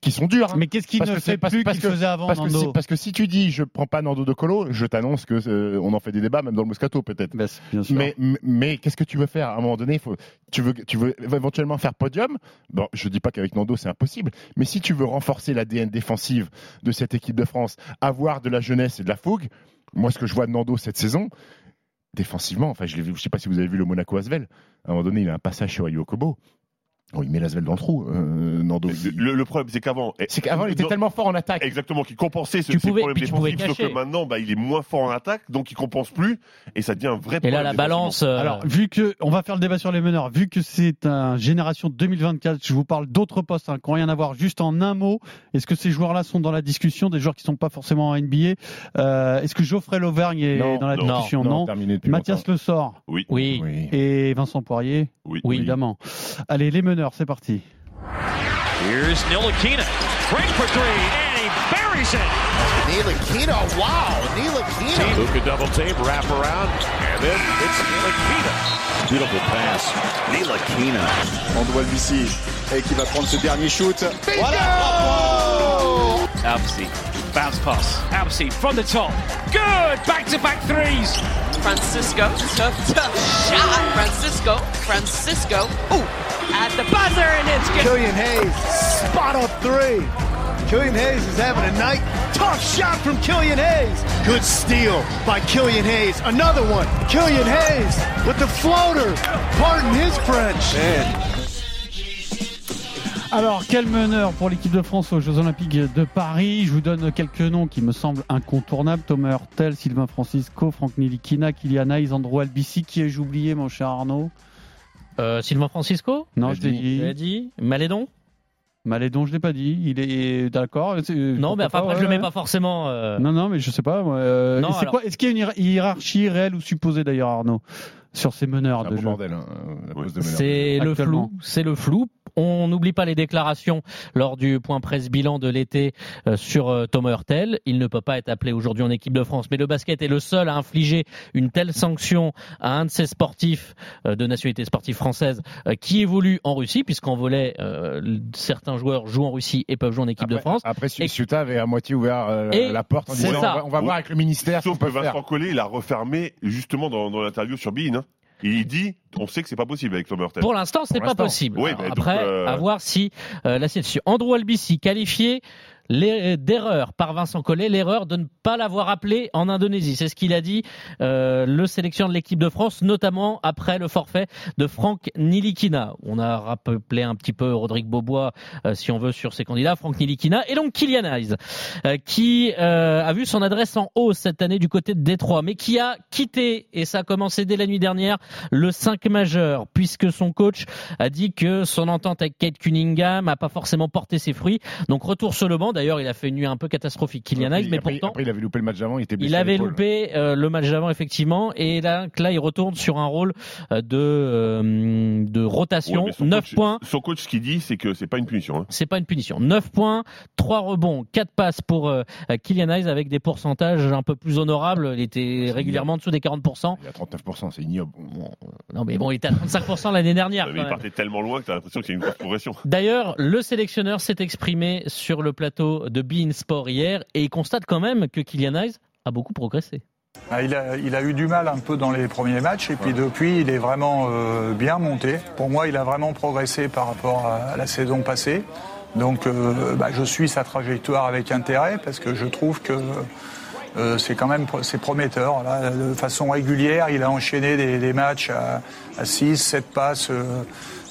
Speaker 6: qui sont durs. hein.
Speaker 5: Bah, Mais qu'est-ce qu'il
Speaker 6: Parce
Speaker 5: ne
Speaker 6: que
Speaker 5: fait
Speaker 6: c'est- parce-
Speaker 5: plus
Speaker 6: parce
Speaker 5: qu'il
Speaker 6: que-
Speaker 5: faisait avant,
Speaker 6: parce, que si,
Speaker 5: Nando
Speaker 6: parce que si tu dis je prends pas Nando de Colo, je t'annonce que euh, on en fait des débats, même dans le Moscato peut-être.
Speaker 5: Bah, c'est- Bien sûr.
Speaker 6: Mais, mais- mais qu'est-ce que tu veux faire à un moment donné il faut, tu, veux, tu veux éventuellement faire podium bon, Je dis pas qu'avec Nando c'est impossible, mais si tu veux renforcer l'ADN défensive de cette équipe de France, avoir de la jeunesse et de la fougue, moi ce que je vois de Nando cette saison, défensivement, enfin je l'ai vu- je sais pas si vous avez vu le Monaco Asvel, à un moment donné il a un passage sur Ayo Kobo. Bon, il met l'Asvel dans le trou, euh,
Speaker 8: bah,
Speaker 6: Nando. Il-
Speaker 7: Le, le problème, c'est qu'avant,
Speaker 6: C'est qu'avant il était
Speaker 7: Non,
Speaker 6: tellement fort en attaque.
Speaker 7: Exactement, qui compensait ce,
Speaker 8: Tu
Speaker 7: ces
Speaker 8: pouvais-
Speaker 7: problèmes
Speaker 8: puis tu pouvais
Speaker 7: défensifs, sauf
Speaker 8: cacher.
Speaker 7: que maintenant, bah, il est moins fort en attaque, donc il compense plus, et ça devient un vrai
Speaker 8: Et
Speaker 7: problème.
Speaker 8: là, la
Speaker 7: défensivement.
Speaker 8: balance. euh,
Speaker 5: Alors, vu que on va faire le débat sur les meneurs, vu que c'est un génération 2024, je vous parle d'autres postes hein, qui n'ont rien à voir. Juste en un mot, est-ce que ces joueurs-là sont dans la discussion, des joueurs qui ne sont pas forcément en NBA Euh, Est-ce que Geoffrey Lauvergne est
Speaker 6: Non,
Speaker 5: dans la
Speaker 7: non,
Speaker 5: discussion Non.
Speaker 6: terminé depuis
Speaker 5: Mathias
Speaker 6: longtemps.
Speaker 5: Le Sort
Speaker 7: Oui,
Speaker 8: Oui.
Speaker 6: Oui.
Speaker 5: et Vincent Poirier,
Speaker 7: oui.
Speaker 8: Oui.
Speaker 5: évidemment. Allez, les meneurs, c'est parti.
Speaker 2: Here's Nilakina. Great for three, and he buries it.
Speaker 13: Nilakina, wow, Nilakina.
Speaker 2: Luka double tape, wrap around, and then it's Nilakina. Beautiful pass. Nilakina.
Speaker 13: On doit Lucie et qui va prendre ce dernier shoot.
Speaker 2: Apsey. Bounce pass. Apsey from the top. Good. Back to back threes.
Speaker 14: Francisco. Tough, tough shot. Francisco. Francisco. Ooh. At the buzzer, and it's good.
Speaker 13: Killian Hayes, spot up three. Killian Hayes is having a night. Tough shot from Killian Hayes. Good steal by Killian Hayes. Another one. Killian Hayes with the floater. Pardon his French.
Speaker 5: Alors, quel meneur pour l'équipe de France aux Jeux Olympiques de Paris Je vous donne quelques noms qui me semblent incontournables. Thomas Hurtel, Sylvain Francisco, Franck Nilikina, Kylian Hayes, Andro Albici. Qui ai-je oublié, mon cher Arnaud
Speaker 8: Euh, Sylvain Francisco
Speaker 5: Non, je l'ai dit.
Speaker 8: Tu l'as dit. Malédon
Speaker 5: Malédon, je l'ai pas dit. Il est d'accord. c'est-
Speaker 8: Non, mais enfin,
Speaker 5: pourquoi
Speaker 8: après,
Speaker 5: pas,
Speaker 8: je le
Speaker 5: ouais,
Speaker 8: mets pas forcément. euh,
Speaker 5: Non, non, mais je sais pas. moi, euh,
Speaker 8: Non,
Speaker 5: et c'est
Speaker 8: alors-
Speaker 5: quoi- Est-ce qu'il y a une hiér- hiérarchie réelle ou supposée d'ailleurs, Arnaud, sur ces meneurs de jeu
Speaker 6: hein, euh,
Speaker 8: C'est le
Speaker 5: Actuellement.
Speaker 8: flou, c'est le flou. On n'oublie pas les déclarations lors du point presse bilan de l'été euh, sur euh, Thomas Hurtel. Il ne peut pas être appelé aujourd'hui en équipe de France, mais le basket est le seul à infliger une telle sanction à un de ses sportifs euh, de nationalité sportive française euh, qui évolue en Russie, puisqu'en volet, euh, l- certains joueurs jouent en Russie et peuvent jouer en équipe de France.
Speaker 6: Après, Ciutat avait à moitié ouvert euh,
Speaker 8: Et
Speaker 6: la porte en
Speaker 8: c'est
Speaker 6: disant on
Speaker 8: ça.
Speaker 6: va, on va voir avec le ministère.
Speaker 7: Sauf
Speaker 6: ce qu'on
Speaker 7: que
Speaker 6: peut faire.
Speaker 7: Vincent Collet, il a refermé justement dans, dans l'interview sur Bean. hein. Il dit on sait que c'est pas possible avec Thomas Hurtel.
Speaker 8: Pour l'instant, ce n'est pas possible.
Speaker 7: Oui,
Speaker 8: Alors,
Speaker 7: mais donc,
Speaker 8: après,
Speaker 7: euh,
Speaker 8: à voir si euh, la situation. Andrew Albici qualifié l'er- d'erreur par Vincent Collet, l'erreur de ne pas l'avoir appelé en Indonésie. C'est ce qu'il a dit euh, le sélectionneur de l'équipe de France, notamment après le forfait de Franck Nilikina. On a rappelé un petit peu Rodrigue Bobois, euh, si on veut, sur ses candidats, Franck Nilikina et donc Kylian Hayes, euh, qui euh, a vu son adresse en hausse cette année du côté de Détroit, mais qui a quitté, et ça a commencé dès la nuit dernière, le 5 majeur, puisque son coach a dit que son entente avec Kate Cunningham n'a pas forcément porté ses fruits. Donc retour sur le banc. D'ailleurs, il a fait une nuit un peu catastrophique, Kylian Hayes,
Speaker 6: Puis
Speaker 8: mais
Speaker 6: après,
Speaker 8: pourtant.
Speaker 6: après, il avait loupé le match d'avant, il était blessé.
Speaker 8: Il
Speaker 6: à
Speaker 8: avait
Speaker 6: l'épaule.
Speaker 8: loupé euh, le match d'avant effectivement et là, là il retourne sur un rôle euh, de euh, de rotation
Speaker 7: ouais, mais son
Speaker 8: 9
Speaker 7: coach-
Speaker 8: points
Speaker 7: Son coach, ce qu'il dit, c'est que c'est pas une punition. hein.
Speaker 8: c'est pas une punition. 9 points, 3 rebonds, 4 passes pour euh, Kylian Hayes avec des pourcentages un peu plus honorables. Il était régulièrement en dessous des 40%.
Speaker 6: Il est à 39%, c'est ignoble.
Speaker 8: Non mais bon, il était à 35% l'année dernière.
Speaker 7: Mais
Speaker 8: quand
Speaker 7: il
Speaker 8: même.
Speaker 7: partait tellement loin que t'as l'impression qu'il y a une grosse progression.
Speaker 8: D'ailleurs, le sélectionneur s'est exprimé sur le plateau de Bein Sport hier et il constate quand même que Kylian Hayes a beaucoup progressé.
Speaker 1: Ah, Il a, il a eu du mal un peu dans les premiers matchs et puis depuis il est vraiment euh, bien monté. Pour moi il a vraiment progressé par rapport à, à la saison passée. Donc euh, bah, je suis sa trajectoire avec intérêt parce que je trouve que euh, c'est quand même pro- c'est prometteur. Là, de façon régulière il a enchaîné des, des matchs à, 6, 7 passes euh,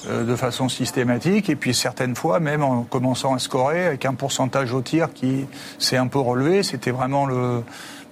Speaker 1: euh, de façon systématique et puis certaines fois même en commençant à scorer avec un pourcentage au tir qui s'est un peu relevé. C'était vraiment le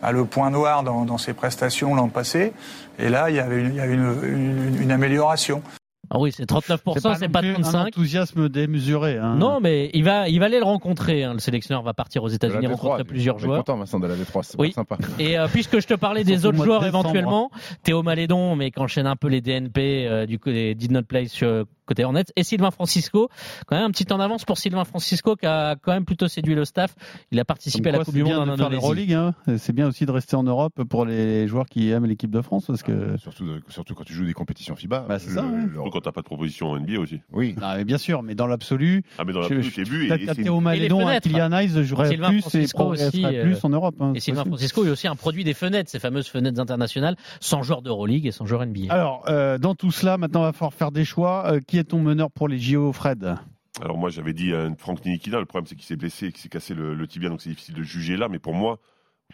Speaker 1: a le point noir dans, dans ses prestations l'an passé. Et là, il y avait une, il y a une- une- une amélioration.
Speaker 8: Ah oui, c'est 39%, c'est
Speaker 5: non
Speaker 8: pas
Speaker 5: plus
Speaker 8: 35.
Speaker 5: Un enthousiasme démesuré. hein.
Speaker 8: Non, mais il va, il va aller le rencontrer. hein. Le sélectionneur va partir aux
Speaker 6: De la
Speaker 8: États-Unis
Speaker 6: D3,
Speaker 8: rencontrer
Speaker 6: tu-
Speaker 8: plusieurs
Speaker 6: on est
Speaker 8: joueurs.
Speaker 6: content, Vincent, de la V3, c'est
Speaker 8: Oui.
Speaker 6: pas sympa.
Speaker 8: Et euh, puisque je te parlais des
Speaker 6: Surtout
Speaker 8: autres
Speaker 6: au mois
Speaker 8: joueurs
Speaker 6: de décembre.
Speaker 8: éventuellement, Théo Malédon, mais qu'enchaîne un peu les DNP euh, du côté Did Not Play sur euh, côté Hornets, et Sylvain Francisco, quand même un petit temps d'avance pour Sylvain Francisco qui a quand même plutôt séduit le staff. Il a participé
Speaker 5: Comme
Speaker 8: à la
Speaker 5: quoi,
Speaker 8: Coupe
Speaker 5: c'est
Speaker 8: du Monde
Speaker 5: bien
Speaker 8: en
Speaker 5: de faire
Speaker 8: Indonésie.
Speaker 5: l'Euroleague, hein. Et C'est bien aussi de rester en Europe pour les joueurs qui aiment l'équipe de France parce
Speaker 7: Ah
Speaker 5: que.
Speaker 6: Surtout, euh, surtout quand tu joues des compétitions FIBA.
Speaker 5: Bah, c'est
Speaker 6: Le-
Speaker 5: ça, ouais.
Speaker 6: le-
Speaker 7: Surtout quand t'as pas de proposition en NBA aussi.
Speaker 6: Oui.
Speaker 5: Ah, mais bien sûr, mais dans l'absolu.
Speaker 7: Ah, mais dans la
Speaker 5: je-
Speaker 7: plus,
Speaker 5: je-
Speaker 7: j'ai vu.
Speaker 5: t'as-
Speaker 7: et- et
Speaker 5: t'as
Speaker 7: c'est-
Speaker 5: Théo Malédon
Speaker 8: Et les
Speaker 5: à
Speaker 8: fenêtres.
Speaker 5: Kylian Hayes jouerait
Speaker 8: Sylvain
Speaker 5: plus et
Speaker 8: Francisco aussi,
Speaker 5: progresserait
Speaker 8: euh,
Speaker 5: plus en Europe. hein,
Speaker 8: Et
Speaker 5: c'est
Speaker 8: Sylvain
Speaker 5: possible.
Speaker 8: Francisco est aussi un produit des fenêtres, ces fameuses fenêtres internationales, sans joueur d'Euroleague et sans joueur NBA.
Speaker 5: Alors, euh, dans tout cela, maintenant, il va falloir faire des choix. Euh, qui est ton meneur pour les JO, Fred
Speaker 7: Alors moi j'avais dit à Franck Ninikina, le problème c'est qu'il s'est blessé et qu'il s'est cassé le, le tibia, donc c'est difficile de juger là, mais pour moi,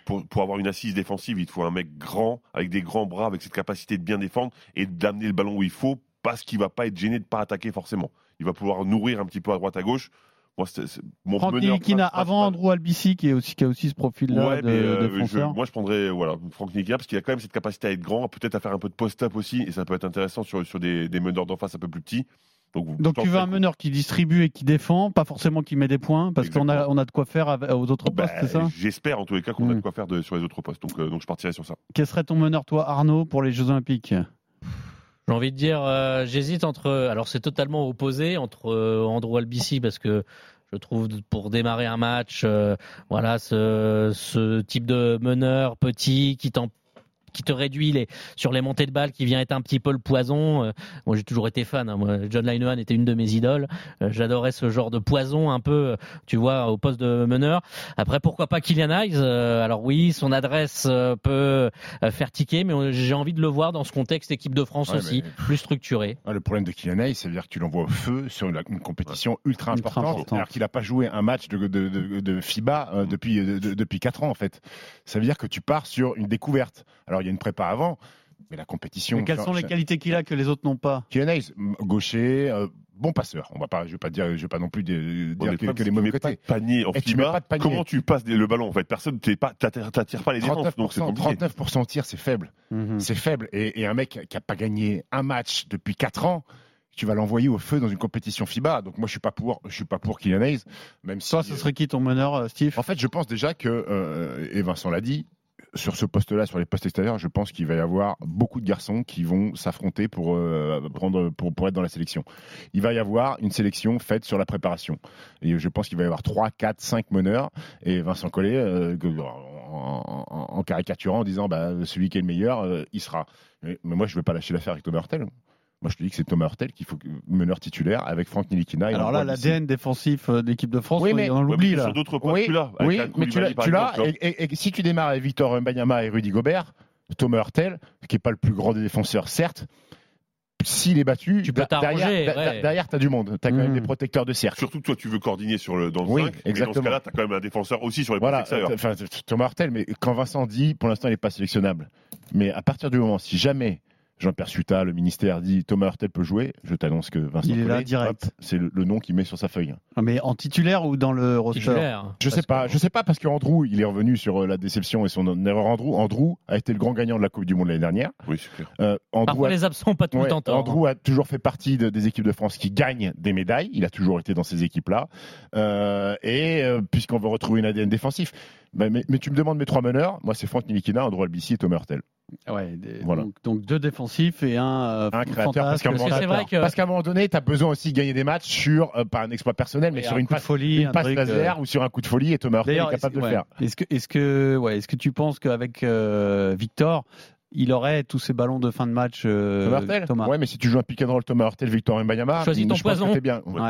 Speaker 7: pour, pour avoir une assise défensive, il te faut un mec grand, avec des grands bras, avec cette capacité de bien défendre et d'amener le ballon où il faut, parce qu'il va pas être gêné de pas attaquer forcément. Il va pouvoir nourrir un petit peu à droite à gauche. Moi, c'est c'est mon
Speaker 5: Franck
Speaker 7: meneur
Speaker 5: Nilikina
Speaker 7: principal.
Speaker 5: avant Andrew Albici, qui, est aussi, qui a aussi ce profil-là
Speaker 7: Ouais,
Speaker 5: de,
Speaker 7: mais euh, je-
Speaker 5: défenseur.
Speaker 7: moi je prendrais voilà, Franck Nikia parce qu'il a quand même cette capacité à être grand, peut-être à faire un peu de post-up aussi, et ça peut être intéressant sur, sur des, des meneurs d'en face un peu plus petits. Donc, vous-
Speaker 5: Donc
Speaker 7: je
Speaker 5: tu veux un meneur qui distribue et qui défend, pas forcément qui met des points, parce qu'on a, on a de quoi faire avec- aux autres
Speaker 7: Bah,
Speaker 5: postes, c'est ça Mm.
Speaker 7: J'espère en tous les cas qu'on a de quoi faire de- sur les autres postes. Donc, euh, donc je partirai sur ça.
Speaker 5: Quel serait ton meneur, toi, Arnaud, pour les Jeux Olympiques
Speaker 8: J'ai envie de dire, euh, j'hésite entre. Alors, c'est totalement opposé entre euh, Andrew Albici parce que je trouve pour démarrer un match, euh, voilà, ce, ce type de meneur petit qui t'en- qui te réduit les, sur les montées de balles, qui vient être un petit peu le poison. Euh, moi, j'ai toujours été fan. hein. Moi, John Linehan était une de mes idoles. Euh, J'adorais ce genre de poison un peu, euh, tu vois, au poste de meneur. Après, pourquoi pas Kylian Hayes Euh, Alors oui, son adresse euh, peut euh, faire tiquer, mais on- j'ai envie de le voir dans ce contexte équipe de France
Speaker 6: Ouais,
Speaker 8: aussi,
Speaker 6: mais-
Speaker 8: plus structuré.
Speaker 6: Ah, le problème de Kylian Hayes, c'est-à-dire que tu l'envoies au feu sur la- une compétition ultra
Speaker 5: Ultra
Speaker 6: importante,
Speaker 5: importante.
Speaker 6: alors qu'il n'a pas joué un match de, de- de- de FIBA euh, depuis, de- de- depuis 4 ans, en fait. Ça veut dire que tu pars sur une découverte. Alors, il y a une prépa avant, mais la compétition.
Speaker 5: Mais Quelles sont les
Speaker 6: Enfin,
Speaker 5: qualités qu'il a que les autres n'ont pas
Speaker 6: Kylian Hayes, m- gaucher, euh, bon passeur. On va pas, je vais pas dire, je vais pas non plus dire,
Speaker 7: Ouais, mais
Speaker 6: dire que,
Speaker 7: le problème,
Speaker 6: que
Speaker 7: c'est
Speaker 6: les
Speaker 7: que tu
Speaker 6: mauvais
Speaker 7: mets pas
Speaker 6: côtés.
Speaker 7: de panier en
Speaker 6: Et tu
Speaker 7: FIBA,
Speaker 6: mets pas de panier.
Speaker 7: Comment tu passes le ballon en fait Personne, t'es pas, t'attires t'attires pas les défenses, donc c'est
Speaker 6: 39%,
Speaker 7: compliqué.
Speaker 6: 39% au tir, c'est faible.
Speaker 5: Mhm.
Speaker 6: C'est faible. Et, et un mec qui n'a pas gagné un match depuis 4 ans, tu vas l'envoyer au feu dans une compétition FIBA. Donc moi, je suis pas pour, je suis pas pour Kylian Hayes, même si.
Speaker 5: ce serait qui ton meneur, euh, Steve
Speaker 6: En fait, je pense déjà que, euh, et Vincent l'a dit, sur ce poste-là, sur les postes extérieurs, je pense qu'il va y avoir beaucoup de garçons qui vont s'affronter pour, euh, prendre, pour, pour être dans la sélection. Il va y avoir une sélection faite sur la préparation. Et je pense qu'il va y avoir 3, 4, 5 meneurs. Et Vincent Collet, euh, que- en, en- en caricaturant, en disant bah, celui qui est le meilleur, euh, il sera. Mais, mais moi, je ne vais pas lâcher l'affaire avec Thomas Hurtel. Moi, je te dis que c'est Thomas Hurtel qu'il faut que- meneur titulaire avec Franck Nilikina. et
Speaker 5: Alors là,
Speaker 6: Laurent Bessy.
Speaker 5: l'ADN défensif euh, de l'équipe de France,
Speaker 6: Oui,
Speaker 5: on-
Speaker 6: mais-
Speaker 5: on
Speaker 6: Ouais, mais
Speaker 5: l'oublie
Speaker 6: c'est
Speaker 5: là.
Speaker 6: sur d'autres points que tu l'as, avec
Speaker 5: oui,
Speaker 6: la Coupe
Speaker 5: mais
Speaker 6: du
Speaker 5: tu
Speaker 6: Mali,
Speaker 5: l'as-
Speaker 6: par
Speaker 5: tu l'as.
Speaker 6: exemple, tu vois. Et, et- et si tu démarres avec Victor Mbanyama et Rudy Gobert, Thomas Hurtel, qui n'est pas le plus grand des défenseurs, certes, s'il est battu,
Speaker 7: peux
Speaker 6: da-
Speaker 7: t'arranger,
Speaker 6: derrière,
Speaker 7: ouais.
Speaker 6: tu as du monde. Tu as quand même des protecteurs de cercle.
Speaker 7: Surtout que toi, tu veux coordonner sur le, dans le
Speaker 6: Oui,
Speaker 7: 5. mais dans ce
Speaker 6: exactement.
Speaker 7: cas-là, t'as quand même un défenseur aussi sur les
Speaker 6: Voilà,
Speaker 7: postes extérieurs.
Speaker 6: euh, enfin, t- t- Thomas Hurtel, mais quand Vincent dit, pour l'instant, il n'est pas sélectionnable. Mais à partir du moment, si jamais Jean-Pierre Suta, le ministère, dit Thomas Hurtel peut jouer, je t'annonce que Vincent
Speaker 5: Il est là
Speaker 6: Collet,
Speaker 5: direct.
Speaker 6: hop, C'est le, le nom qu'il met sur sa feuille.
Speaker 5: Mais en titulaire ou dans le roster
Speaker 6: Je sais pas, je sais pas parce que Andrew, il est revenu sur euh, la déception et son erreur Andrew. Andrew a été le grand gagnant de la Coupe du Monde l'année dernière.
Speaker 7: Oui, c'est clair.
Speaker 6: Euh, Andrew
Speaker 8: Parfois,
Speaker 6: a-
Speaker 8: les absents ont pas tout le
Speaker 6: Ouais,
Speaker 8: temps
Speaker 5: hein.
Speaker 8: tort, hein.
Speaker 6: Andrew a toujours fait partie de- des équipes de France qui gagnent des médailles. Il a toujours été dans ces équipes-là. Euh, et euh, puisqu'on veut retrouver une ADN défensif, bah, mais, mais tu me demandes mes trois meneurs. Moi, c'est Franck Nilikina, Andrew Albici et Thomas Hurtel.
Speaker 5: Ah Ouais, des-
Speaker 6: Voilà.
Speaker 5: donc, donc deux défensifs et un, euh,
Speaker 6: Un créateur, parce
Speaker 5: fantasque,
Speaker 6: qu'à un moment,
Speaker 5: créateur.
Speaker 6: parce qu'à un moment donné, tu as besoin aussi de gagner des matchs sur, euh, pas un exploit personnel, mais
Speaker 5: Et
Speaker 6: sur
Speaker 5: un
Speaker 6: une
Speaker 5: coup de
Speaker 6: passe,
Speaker 5: folie,
Speaker 6: une
Speaker 5: un
Speaker 6: passe
Speaker 5: truc,
Speaker 6: laser
Speaker 5: euh,
Speaker 6: ou sur un coup de folie, et Thomas Hurtel est
Speaker 5: D'ailleurs,
Speaker 6: capable de
Speaker 5: est-ce-
Speaker 6: le
Speaker 5: ouais.
Speaker 6: faire.
Speaker 5: Est-ce que, est-ce que, ouais, est-ce que tu penses qu'avec euh, Victor, il aurait tous ses ballons de fin de match euh,
Speaker 6: Thomas Hurtel
Speaker 5: Thomas
Speaker 6: Ouais, mais si tu joues un pick and roll Thomas Hurtel, Victor Mbayama,
Speaker 5: Choisis
Speaker 6: je
Speaker 5: ton
Speaker 6: pense
Speaker 5: poison.
Speaker 6: que t'es bien.
Speaker 5: Ouais.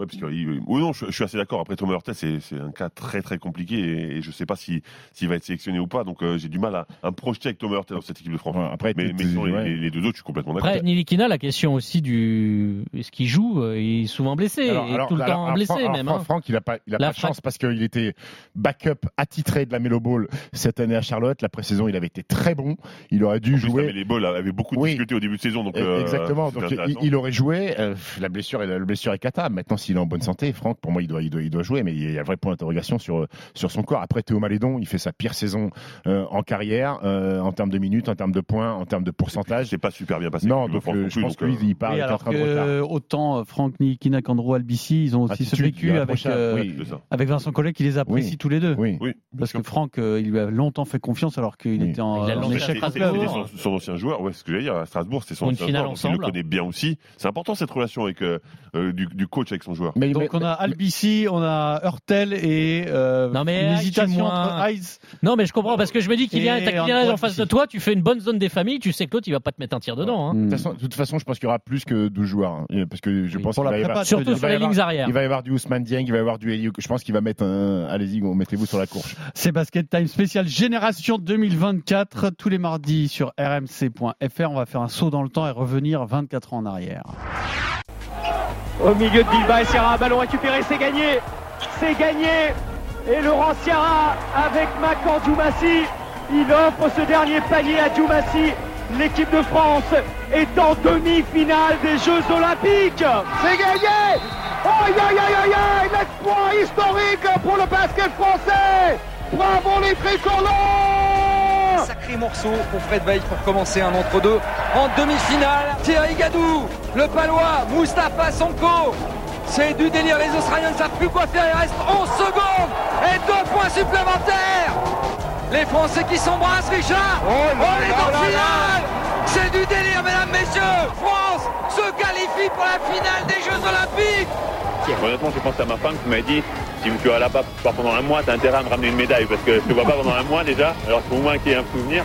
Speaker 7: Ouais, parce que, oui, oui, non, je, je suis assez d'accord. Après, Thomas Hurtel, c'est c'est un cas très très compliqué et, et je sais pas si- s'il va être sélectionné ou pas. Donc, euh, j'ai du mal à, à me projeter avec Thomas Hurtel dans cette équipe de France.
Speaker 6: après,
Speaker 7: mais
Speaker 6: t'es-
Speaker 7: mais sur les,
Speaker 6: ouais.
Speaker 7: les- les deux autres, je suis complètement d'accord.
Speaker 8: Après, Nilikina, la question aussi du. Est-ce qu'il joue euh, Il est souvent blessé.
Speaker 6: Alors-
Speaker 8: il est
Speaker 6: alors-
Speaker 8: tout le
Speaker 6: alors,
Speaker 8: temps
Speaker 6: alors,
Speaker 8: blessé,
Speaker 6: Franck- alors,
Speaker 8: même.
Speaker 6: Franck,
Speaker 8: hein.
Speaker 6: Franck, il n'a pas, il a
Speaker 8: La
Speaker 6: pas de chance parce qu'il était backup attitré de la Melo Ball cette année à Charlotte. La pré-saison, il avait été très bon. Il aurait dû
Speaker 7: Plus,
Speaker 6: jouer. E-
Speaker 7: les Bulls avaient beaucoup de difficultés au début de saison. Donc, euh,
Speaker 6: Exactement.
Speaker 7: c'était
Speaker 6: Donc, il,
Speaker 7: intéressant.
Speaker 6: il aurait joué. Euh, la blessure, est- la blessure est cata. Maintenant, s'il est en bonne santé, Franck, pour moi, il doit, il doit, il doit jouer. Mais il y a un vrai point d'interrogation sur, sur son corps. Après, Théo Malédon, il fait sa pire saison euh, en carrière, euh, en termes de minutes, en termes de points, en termes de pourcentage.
Speaker 7: C'est pas super bien passé.
Speaker 6: Non,
Speaker 7: avec l'équipe
Speaker 6: donc
Speaker 7: de
Speaker 6: euh,
Speaker 7: France
Speaker 6: je
Speaker 7: non
Speaker 6: pense que
Speaker 7: plus,
Speaker 6: lui,
Speaker 7: donc, euh,
Speaker 6: il part
Speaker 5: Oui,
Speaker 6: avec un
Speaker 5: alors
Speaker 6: train de Ah, retard.
Speaker 5: que autant euh, Franck Nikinak, Andrew Albici, ils ont aussi ce
Speaker 6: Attitude, il
Speaker 5: vécu
Speaker 6: y a un
Speaker 5: avec,
Speaker 6: prochain,
Speaker 5: euh,
Speaker 6: oui, c'est ça.
Speaker 5: avec Vincent Collet qui les apprécie tous les deux. Parce que Franck, euh, il lui a longtemps fait confiance alors qu'il était en,
Speaker 7: C'est-
Speaker 5: en
Speaker 7: c'est-
Speaker 5: échec
Speaker 7: c'est-
Speaker 5: à
Speaker 7: c'est
Speaker 6: hein.
Speaker 7: son, son ancien joueur, ouais, ce que j'allais dire, à Strasbourg, c'est son
Speaker 5: Une
Speaker 7: ancien
Speaker 5: finale
Speaker 7: joueur, donc il le
Speaker 5: ensemble.
Speaker 7: connaît bien aussi. C'est important cette relation avec, euh, euh, du, du coach avec son joueur.
Speaker 5: Donc on a Albici, on a Hurtel et euh,
Speaker 8: Non, mais
Speaker 5: une
Speaker 8: Hayes,
Speaker 5: hésitation
Speaker 8: moins.
Speaker 5: entre Hayes.
Speaker 8: Non, mais je comprends, parce que je me dis qu'il y a un
Speaker 5: Et
Speaker 8: Kylian
Speaker 5: Antoine
Speaker 8: en face de toi, tu fais une bonne zone des familles, tu sais que l'autre, il va pas te mettre un tir dedans. hein.
Speaker 6: De toute façon- de toute façon, je pense qu'il y aura plus que 12 joueurs. hein, parce que je pense qu'il
Speaker 8: Pour la
Speaker 6: va y
Speaker 8: prépa,
Speaker 6: avoir,
Speaker 8: tu veux Surtout
Speaker 6: il
Speaker 8: dire. sur
Speaker 6: va y
Speaker 8: les
Speaker 6: avoir-
Speaker 8: lignes arrière.
Speaker 6: Il va y avoir du Ousmane Dieng, il va y avoir du Eliou. Je pense qu'il va mettre un. Allez-y, go, mettez-vous sur la course.
Speaker 5: C'est Basket Time spécial Génération 2024, tous les mardis sur rmc.fr. On va faire un saut dans le temps et revenir 24 ans en arrière.
Speaker 15: Au milieu de Bilbao et Sierra, ballon récupéré, c'est gagné C'est gagné Et Laurent Sierra, avec Macan Djoumassi, il offre ce dernier panier à Djoumassi. L'équipe de France est en demi-finale des Jeux Olympiques C'est gagné Aïe aïe aïe aïe aïe L'exploit historique pour le basket français Bravo les tricolores
Speaker 16: Sacré morceau pour Fred Veil pour commencer un entre-deux. En demi-finale, Thierry Gadou, le palois, Mustapha Sonko. C'est du délire, les Australiens ne savent plus quoi faire, il reste 11 secondes et deux points supplémentaires. Les Français qui s'embrassent, Richard.
Speaker 15: Oh là
Speaker 16: On est
Speaker 15: là
Speaker 16: en
Speaker 15: là
Speaker 16: finale. C'est du délire, mesdames, messieurs. France se qualifie pour la finale des Jeux Olympiques.
Speaker 17: Honnêtement, je pense à ma femme qui m'a dit si tu vas là-bas pas pendant un mois, t'as intérêt à me ramener une médaille parce que je te vois pas pendant un mois déjà. Alors qu'au moins qu'il y ait un souvenir,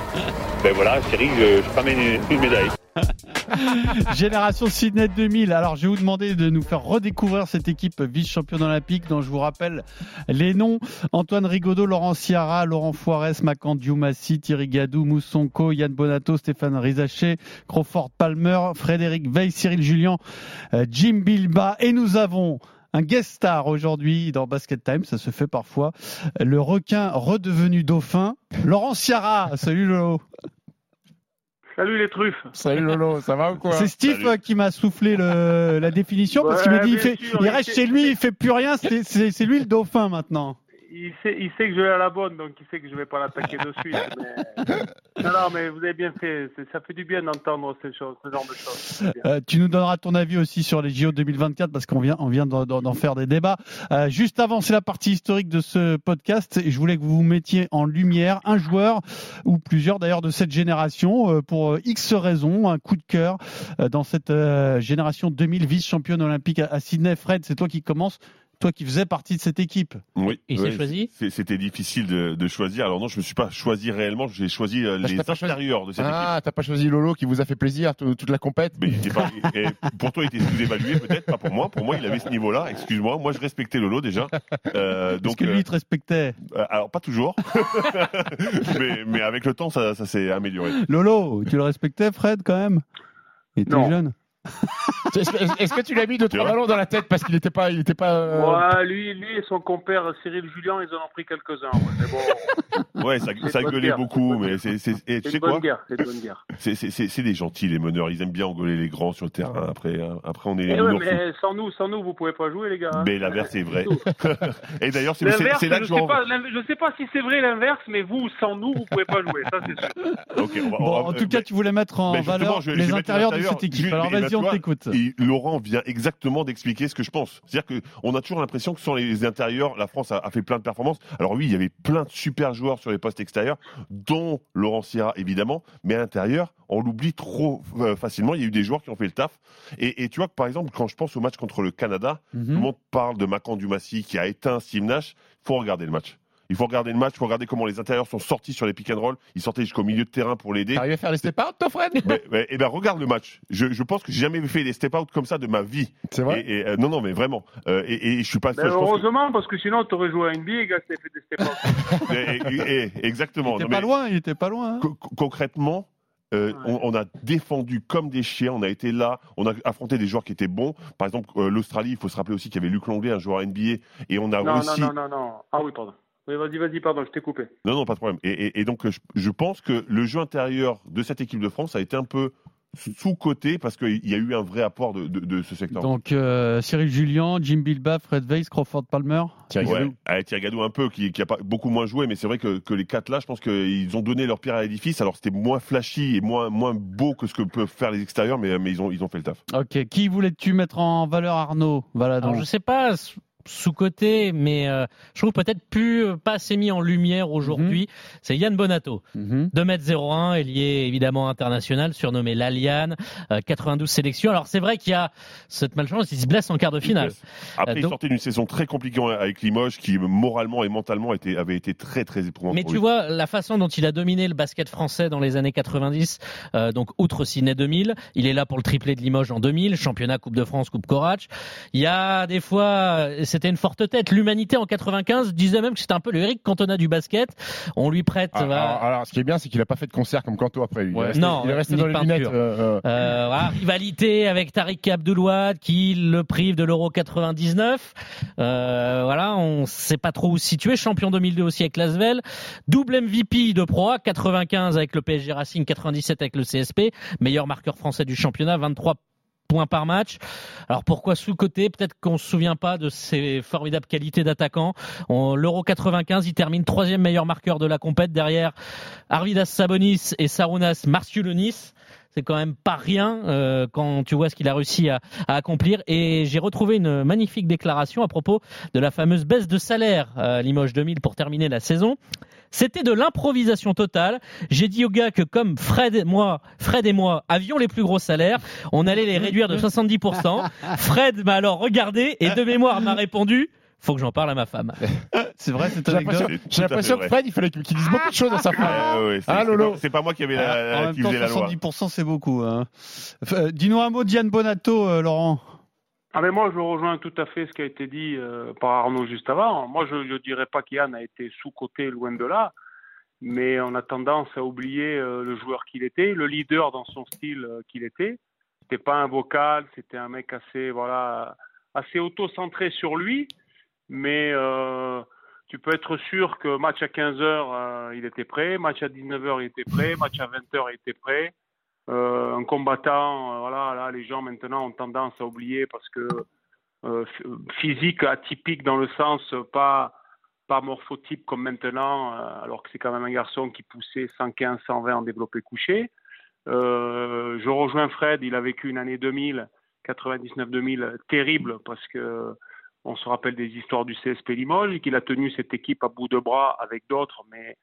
Speaker 17: ben voilà, chérie, je, je te ramène une- une médaille.
Speaker 5: Génération Sydney 2000. Alors, je vais vous demander de nous faire redécouvrir cette équipe vice-championne olympique dont je vous rappelle les noms. Antoine Rigaudot, Laurent Ciara, Laurent Foires, Macan Diomassi, Thierry Gadou, Moussonko, Yann Bonato, Stéphane Rizaché, Crawford Palmer, Frédéric Veil, Cyril Julien, euh, Jim Bilba. Et nous avons un guest star aujourd'hui dans Basket Time, ça se fait parfois. Le requin redevenu dauphin, Laurent Ciara. Salut Lolo.
Speaker 12: Salut les truffes.
Speaker 6: Salut Lolo, ça va ou quoi
Speaker 5: C'est Steve euh, qui m'a soufflé le- la définition parce qu'il
Speaker 12: Ouais,
Speaker 5: m'a dit il,
Speaker 12: bien
Speaker 5: fait-
Speaker 12: sûr,
Speaker 5: il
Speaker 12: il
Speaker 5: reste
Speaker 12: sait-
Speaker 5: chez lui, il fait plus rien, c'est- c'est c'est lui le dauphin maintenant.
Speaker 12: Il sait, il sait que je vais à la bonne, donc il sait que je vais pas l'attaquer de suite. mais- Non, non, mais vous avez bien fait. C'est- Ça fait du bien d'entendre ces choses, ce genre de choses.
Speaker 5: Euh, tu nous donneras ton avis aussi sur les JO 2024 parce qu'on vient, on vient d'en- d'en d'en faire des débats. Euh, juste avant, c'est la partie historique de ce podcast et je voulais que vous vous mettiez en lumière un joueur ou plusieurs d'ailleurs de cette génération euh, pour euh, X raisons, un coup de cœur euh, dans cette euh, génération 2000 vice-championne olympique à, à Sydney. Fred, c'est toi qui commence, toi qui faisais partie de cette équipe.
Speaker 7: Oui.
Speaker 5: Et il s'est choisi
Speaker 7: c'est- C'était difficile de, de choisir. Alors non, je ne me suis pas choisi réellement, j'ai choisi euh,
Speaker 6: Parce que
Speaker 7: les
Speaker 6: t'as pas choisi-
Speaker 7: intérieurs de cette équipe.
Speaker 6: Ah, t'as pas choisi Lolo qui vous a fait plaisir tout- toute la compète
Speaker 7: Mais il était pas- et pour toi, il était sous-évalué, peut-être, pas pour moi. Pour moi, il avait ce niveau-là. Excuse-moi, moi, je respectais Lolo déjà. Euh,
Speaker 5: Parce
Speaker 7: donc,
Speaker 5: que lui,
Speaker 7: euh,
Speaker 5: il te respectait.
Speaker 7: euh, alors, pas toujours. mais, mais avec le temps, ça, ça s'est amélioré.
Speaker 5: Lolo, tu le respectais, Fred, quand même Il était
Speaker 7: Non.
Speaker 5: jeune.
Speaker 6: Est-ce que- est-ce que tu l'as mis deux,
Speaker 7: Tu
Speaker 6: trois
Speaker 7: vois
Speaker 6: ballons dans la tête parce qu'il n'était pas. Il était pas euh,
Speaker 12: Ouais, lui, lui et son compère Cyril Julien, ils en ont pris quelques-uns. ouais, mais bon,
Speaker 7: Ouais, ça,
Speaker 12: C'est
Speaker 7: ça
Speaker 12: une bonne
Speaker 7: gueulait
Speaker 12: guerre,
Speaker 7: beaucoup, mais c'est c'est- et tu
Speaker 12: c'est
Speaker 7: sais
Speaker 12: une
Speaker 7: quoi
Speaker 12: bonne guerre. C'est une bonne guerre.
Speaker 7: C'est- C'est c'est- c'est des gentils, les meneurs. Ils aiment bien engueuler les grands sur le terrain. Après, hein. après on est les
Speaker 12: Ah. Eh ouais,
Speaker 7: nounours fous.
Speaker 12: mais sans nous, sans nous, vous pouvez pas jouer, les gars. hein.
Speaker 7: Mais l'inverse est vrai. Et d'ailleurs, c'est c'est-
Speaker 12: L'inverse,
Speaker 7: c'est là que
Speaker 12: je
Speaker 7: je
Speaker 12: sais
Speaker 7: m'en
Speaker 12: pas, l'inv- je sais pas si c'est vrai l'inverse, mais vous, sans nous, vous pouvez pas jouer. Ça, c'est sûr.
Speaker 7: Ok, on va-
Speaker 5: Bon,
Speaker 7: on va-
Speaker 5: en tout cas, tu voulais mettre en
Speaker 7: Bah, oh, euh, Mais justement,
Speaker 5: valeur
Speaker 7: je vais- je
Speaker 5: les
Speaker 7: vais mettre
Speaker 5: intérieurs de cette équipe.
Speaker 7: Jules,
Speaker 5: Alors
Speaker 7: et ben,
Speaker 5: vas-y,
Speaker 7: tu
Speaker 5: on
Speaker 7: vois,
Speaker 5: t'écoute.
Speaker 7: et Laurent vient exactement d'expliquer ce que je pense. C'est-à-dire qu'on a toujours l'impression que sans les intérieurs, la France a, a fait plein de performances. Alors oui, il y avait plein de super joueurs sur les postes extérieurs, dont Laurent Sierra évidemment, mais à l'intérieur, on l'oublie trop euh, facilement. Il y a eu des joueurs qui ont fait le taf. Et, et tu vois que par exemple, quand je pense au match contre le Canada,
Speaker 5: Mhm.
Speaker 7: tout le monde parle de Macan Dumassi qui a éteint Simnash. Il faut regarder le match. Il faut regarder le match, il faut regarder comment les intérieurs sont sortis sur les pick and roll. Ils sortaient jusqu'au milieu de terrain pour l'aider.
Speaker 6: T'arrives à faire les step out, toi, Fred
Speaker 7: Eh ben regarde le match. Je, je pense que j'ai jamais fait des step out comme ça de ma vie.
Speaker 6: C'est vrai.
Speaker 7: Et, et, euh, non non mais vraiment. Euh, et, et je suis pas.
Speaker 12: Ben,
Speaker 7: seul, je pense que- Ah
Speaker 12: heureusement, parce que sinon, t'aurais joué à NBA, gars, t'as fait des step
Speaker 7: Et- et- et- Eh, exactement.
Speaker 5: Il
Speaker 7: Non,
Speaker 5: était
Speaker 7: mais
Speaker 5: pas loin, il était pas loin. hein.
Speaker 7: co- co- concrètement. euh, on, on a défendu comme des chiens, on a été là, on a affronté des joueurs qui étaient bons. Par exemple, euh, l'Australie, il faut se rappeler aussi qu'il y avait Luc Langlais, un joueur NBA, et on a
Speaker 12: Non,
Speaker 7: aussi.
Speaker 12: non, non, non, non. Ah oui, pardon. Oui, vas-y, vas-y, pardon, je t'ai coupé.
Speaker 7: Non, non, pas de problème. Et, et- et donc, je, je pense que le jeu intérieur de cette équipe de France a été un peu sous-coté parce qu'il y a eu un vrai apport de, de- de ce secteur.
Speaker 5: Donc euh, Cyril Julien, Jim Bilba, Fred Weiss, Crawford Palmer.
Speaker 7: Ouais. Ouais, Thierry Gadou Ah, un peu, qui, qui a pas, beaucoup moins joué, mais c'est vrai que, que les quatre là, je pense qu'ils ont donné leur pierre à l'édifice. Alors c'était moins flashy et moins, moins beau que ce que peuvent faire les extérieurs, mais, mais ils, ont, ils ont fait le taf.
Speaker 5: Ok, qui voulais-tu mettre en valeur Arnaud Valadon
Speaker 8: Alors, je sais pas, sous-côté, mais euh, je trouve peut-être plus euh, pas assez mis en lumière aujourd'hui.
Speaker 6: Mhm.
Speaker 8: C'est Yann Bonato.
Speaker 5: mhm.
Speaker 8: 2m01, ailier évidemment international, surnommé l'Aliane, euh, 92 sélections. Alors, c'est vrai qu'il y a cette malchance, il se blesse en quart de finale.
Speaker 7: Après,
Speaker 8: Euh,
Speaker 7: ils
Speaker 8: donc-
Speaker 7: sortaient d'une saison très compliquée avec Limoges, qui moralement et mentalement était, avait été très très éprouvante.
Speaker 8: Mais
Speaker 7: pour
Speaker 8: tu
Speaker 7: lui.
Speaker 8: vois, la façon dont il a dominé le basket français dans les années 90, euh, donc outre Sydney 2000, il est là pour le triplé de Limoges en 2000, championnat Coupe de France, Coupe Corach. Il y a des fois, euh, c'était une forte tête. L'humanité en 95 disait même que c'était un peu le Eric Cantona du basket. On lui prête. euh,
Speaker 6: Ah,
Speaker 8: voilà.
Speaker 6: alors, alors, ce qui est bien, c'est qu'il a pas fait de concert comme Canto après. lui. Il est
Speaker 8: Ouais.
Speaker 6: resté,
Speaker 8: Non,
Speaker 6: il est resté
Speaker 8: ni
Speaker 6: dans les
Speaker 8: peinture.
Speaker 6: lunettes. euh, euh,
Speaker 8: Euh, voilà, rivalité avec Tariq Abdelouad qui le prive de l'Euro 99. Euh, voilà, on sait pas trop où se situer. Champion 2002 aussi avec l'Asvel. Double MVP de Pro A, 95 avec le PSG Racing, 97 avec le CSP. Meilleur marqueur français du championnat, 23 points par match. Alors pourquoi sous-côté Peut-être qu'on se souvient pas de ses formidables qualités d'attaquant. On- L'Euro 95, il termine troisième meilleur marqueur de la compète derrière Arvidas Sabonis et Sarunas Marciulonis. C'est quand même pas rien euh, quand tu vois ce qu'il a réussi à, à accomplir. Et j'ai retrouvé une magnifique déclaration à propos de la fameuse baisse de salaire à Limoges 2000 pour terminer la saison. C'était de l'improvisation totale. J'ai dit aux gars que comme Fred et moi, Fred et moi avions les plus gros salaires, on allait les réduire de 70%. Fred m'a alors regardé et de mémoire m'a répondu faut que j'en parle à ma femme.
Speaker 5: C'est vrai cette
Speaker 6: J'ai l'impression-
Speaker 5: anecdote.
Speaker 6: J'ai l'impression que Fred, il fallait qu'il dise beaucoup de choses à sa femme.
Speaker 7: Eh, Ouais, ouais, c'est-
Speaker 6: Ah,
Speaker 7: c'est
Speaker 6: Lolo.
Speaker 7: pas- C'est pas, moi qui, avait la,
Speaker 5: Ah, en même
Speaker 7: qui
Speaker 5: temps,
Speaker 7: faisais la loi.
Speaker 5: 70% c'est beaucoup. hein. F- euh, Dis-nous un mot, Diane Bonato, euh, Laurent.
Speaker 12: Ah mais moi je rejoins tout à fait ce qui a été dit euh, par Arnaud juste avant. Moi je ne dirais pas qu'Yann a été sous-coté loin de là, mais on a tendance à oublier euh, le joueur qu'il était, le leader dans son style euh, qu'il était. C'était pas un vocal, c'était un mec assez voilà assez auto-centré sur lui, mais euh, tu peux être sûr que euh, match à 15h il était prêt, match à 19h il était prêt, match à 20h il était prêt. euh, un combattant, euh, voilà, là, les gens maintenant ont tendance à oublier parce que euh, f- physique atypique dans le sens pas pas morphotype comme maintenant, euh, alors que c'est quand même un garçon qui poussait 115, 120 en développé couché. Euh, je rejoins Fred, il a vécu une année 2000, 99-2000, terrible parce que on se rappelle des histoires du CSP Limoges, qu'il a tenu cette équipe à bout de bras avec d'autres, mais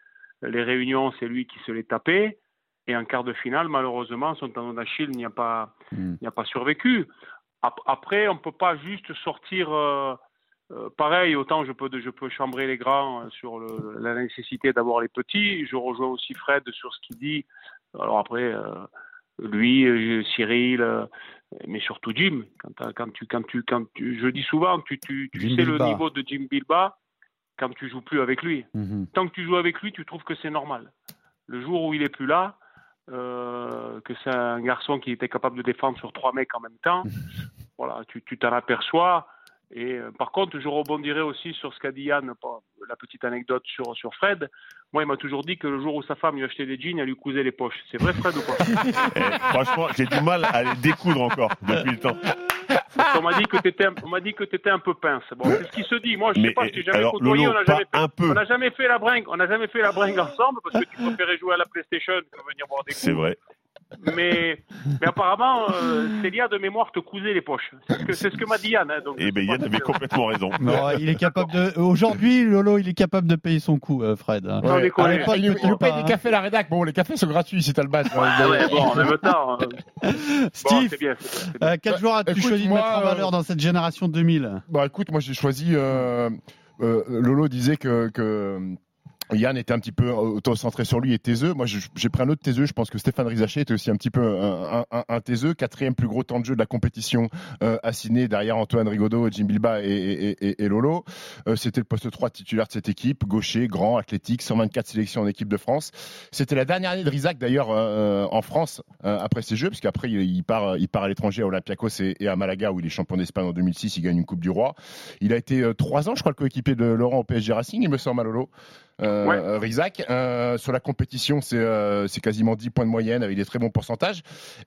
Speaker 12: les réunions, c'est lui qui se les tapait. Et en quart de finale, malheureusement, son tendon d'Achille n'y a, pas-
Speaker 5: Hmm.
Speaker 12: n'y a pas survécu. Ap- Après, on ne peut pas juste sortir. euh, euh, pareil, autant je peux, je peux chambrer les grands euh, sur le- la nécessité d'avoir les petits. Je rejoins aussi Fred sur ce qu'il dit. Alors après, euh, lui, euh, Cyril, euh, mais surtout Jim. Quand, t'as- quand tu, quand tu, quand tu- je dis souvent, tu, tu, tu
Speaker 5: Jim
Speaker 12: sais le
Speaker 5: Bilba.
Speaker 12: niveau de Jim Bilba quand tu joues plus avec lui.
Speaker 5: Mhm.
Speaker 12: Tant que tu joues avec lui, tu trouves que c'est normal. Le jour où il est plus là, euh, que c'est un garçon qui était capable de défendre sur trois mecs en même temps, voilà, tu tu t'en aperçois. Et euh, par contre, je rebondirai aussi sur ce qu'a dit Yann, pas- euh, la petite anecdote sur, sur Fred. Moi, il m'a toujours dit que le jour où sa femme lui achetait des jeans, elle lui cousait les poches. C'est vrai, Fred, ou pas
Speaker 7: Eh, franchement, j'ai du mal à les découdre encore depuis le temps.
Speaker 12: Parce qu'on m'a dit que t'étais un- on m'a dit que tu étais un peu pince. Bon, c'est ce qui se dit. Moi, je
Speaker 7: Mais, eh,
Speaker 12: sais pas, je t'ai jamais
Speaker 7: alors,
Speaker 12: côtoyé,
Speaker 7: Lolo,
Speaker 12: on n'a
Speaker 7: pas
Speaker 12: jamais,
Speaker 7: un
Speaker 12: fait-
Speaker 7: peu.
Speaker 12: on n'a jamais fait la bringue, on n'a jamais fait la bringue ensemble parce que tu préférais jouer à la PlayStation que venir voir des coups.
Speaker 7: C'est vrai.
Speaker 12: Mais, mais apparemment, euh, Célia de mémoire te cousait les poches. C'est ce que, c'est ce que m'a dit Yann. hein, donc
Speaker 7: Et ben Yann avait complètement raison.
Speaker 5: Non, il est capable de. Aujourd'hui, Lolo, il est capable de payer son coup, euh, Fred. hein.
Speaker 12: Sans déconner.
Speaker 5: À l'époque,
Speaker 12: Il lui- il lui
Speaker 5: peut-être
Speaker 12: paye
Speaker 5: pas,
Speaker 12: des
Speaker 5: hein.
Speaker 12: cafés.
Speaker 6: Fais la rédac. Bon, les cafés sont gratuits si t'as le badge.
Speaker 12: Ah ouais, bon, en même temps. euh,
Speaker 5: Steve.
Speaker 12: bon, c'est bien, c'est bien, c'est bien.
Speaker 5: Euh, Quatre joueurs as-tu
Speaker 6: Bah, Écoute,
Speaker 5: choisi de
Speaker 6: moi, euh,
Speaker 5: mettre en valeur dans cette génération 2000
Speaker 6: Bah écoute, moi j'ai choisi. euh, euh, Lolo disait que. que Yann était un petit peu auto-centré sur lui et taiseux. Moi, je- j'ai pris un autre taiseux. Je pense que Stéphane Rizaché était aussi un petit peu un, un- un- un taiseux. Quatrième plus gros temps de jeu de la compétition, euh, assigné derrière Antoine Rigaudot, Jim Bilba et, et- et- et Lolo. Euh, C'était le poste 3 titulaire de cette équipe. Gaucher, grand, athlétique, 124 sélections en équipe de France. C'était la dernière année de Rizac d'ailleurs euh, en France euh, après ces Jeux, parce qu'après il, il part, il part à l'étranger à Olympiakos et, et à Malaga où il est champion d'Espagne en 2006. Il gagne une Coupe du Roi. Il a été euh, trois ans, je crois, le coéquipier de Laurent au PSG Racing. Il me semble à Lolo. Euh,
Speaker 12: Ouais.
Speaker 6: Rizac. Euh, sur la compétition, c'est euh, c'est quasiment 10 points de moyenne avec des très bons pourcentages.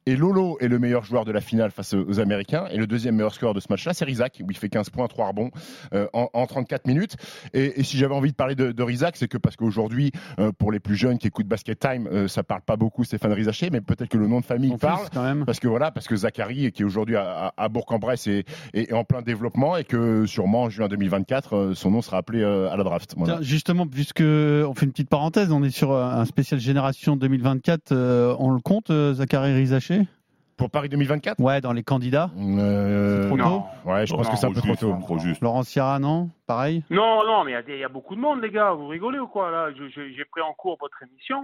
Speaker 6: Et Lolo est le meilleur joueur de la finale face aux aux Américains. Et le deuxième meilleur scoreur de ce match-là, c'est Rizac, où il fait 15 points, 3 rebonds euh, en, en 34 minutes. Et, et si j'avais envie de parler de, de Rizac, c'est que parce qu'aujourd'hui, euh, pour les plus jeunes qui écoutent Basket Time, euh, ça parle pas beaucoup Stéphane Rizaché, mais peut-être que le nom de famille parle. Parce que voilà, parce que Zachary, qui est aujourd'hui à, à- à Bourg-en-Bresse, est, est en plein développement et que sûrement en juin 2024, euh, son nom sera appelé euh, à la draft. Voilà.
Speaker 5: Tiens, justement, puisque on fait une petite parenthèse, on est sur euh, un spécial génération 2024. euh, on le compte, euh, Zachary Rizaché
Speaker 6: Pour Paris 2024
Speaker 5: Ouais, dans les candidats.
Speaker 6: Euh,
Speaker 5: C'est trop
Speaker 6: non.
Speaker 5: tôt
Speaker 6: Ouais, je pense que c'est un peu trop tôt.
Speaker 5: Laurent Sierra, non Pareil
Speaker 12: Non, non, mais il y a des- il y, a beaucoup de monde, les gars. Vous rigolez ou quoi là Je- je- J'ai pris en cours votre émission.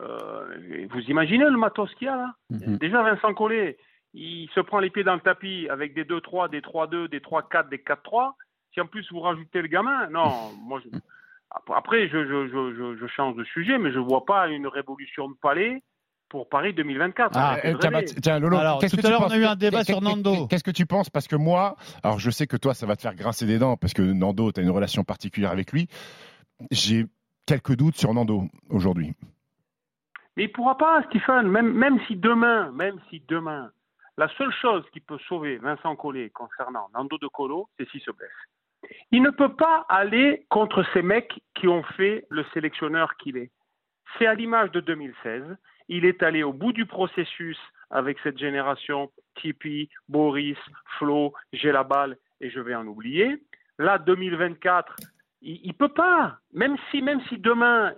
Speaker 12: Euh, et vous imaginez le matos qu'il y a là Déjà, Vincent Collet, il se prend les pieds dans le tapis avec des 2-3, des 3-2, des 3-4, des 4-3. Si en plus vous rajoutez le gamin, non, moi je- Ap- Après, je, je, je, je, je change de sujet, mais je vois pas une révolution de palais pour Paris 2024. Arrêtez de
Speaker 6: tiens,
Speaker 12: rêver.
Speaker 6: bah, tiens, Lolo, qu'est-ce que tu penses Qu'est- qu'est- qu'est- Qu'est-ce que tu penses Parce que moi, alors je sais que toi, ça va te faire grincer des dents, parce que Nando, tu as une relation particulière avec lui. J'ai quelques doutes sur Nando aujourd'hui.
Speaker 12: Mais il ne pourra pas, Stephen, même, même si demain, même si demain, la seule chose qui peut sauver Vincent Collet concernant Nando de Colo, c'est s'il se blesse. Il ne peut pas aller contre ces mecs qui ont fait le sélectionneur qu'il est. C'est à l'image de 2016. Il est allé au bout du processus avec cette génération Tipeee, Boris, Flo, j'ai la balle et je vais en oublier. Là, 2024, il ne peut pas. Même si, même si demain,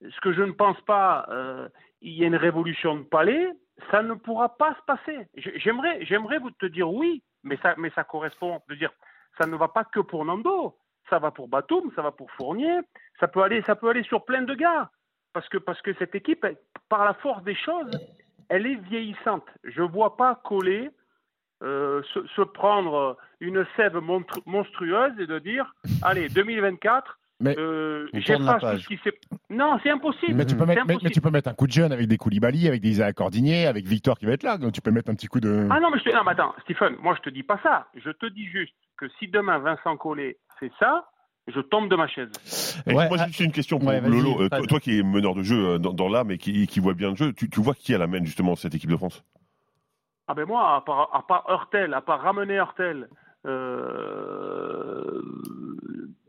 Speaker 12: ce que je ne pense pas, euh, il y a une révolution de palais, ça ne pourra pas se passer. J- J'aimerais, j'aimerais vous te dire oui, mais ça, mais ça correspond de dire, ça ne va pas que pour Nando, ça va pour Batum, ça va pour Fournier, ça peut aller, ça peut aller sur plein de gars, parce que parce que cette équipe, elle- par la force des choses, elle est vieillissante. Je vois pas coller. euh, se, se prendre une sève montru- monstrueuse et de dire allez 2024
Speaker 6: Mais
Speaker 12: euh,
Speaker 6: on tourne la
Speaker 12: j'efface tout
Speaker 6: page.
Speaker 12: ce qui s'est non c'est impossible
Speaker 6: Mais tu, peux
Speaker 12: C'est
Speaker 6: mettre, mais,
Speaker 12: impossible.
Speaker 6: mais tu peux mettre un coup de jeune avec des Koulibaly, avec des Isaac Cordigné, avec Victor qui va être là. Donc tu peux mettre un petit coup de.
Speaker 12: Ah non, mais, je te... non, mais attends, Stephen, moi je te dis pas ça. Je te dis juste que si demain Vincent Collet fait ça, je tombe de ma chaise.
Speaker 7: Et moi, juste une question pour
Speaker 12: Ouais, vas-y,
Speaker 7: Lolo. Euh,
Speaker 12: Fred.
Speaker 7: toi, toi qui es meneur de jeu euh, dans, dans l'âme et qui, qui voit bien le jeu, tu, tu vois qui à la main justement cette équipe de France
Speaker 12: Ah ben moi, à part, à part Hurtel, à part ramener Hurtel, euh,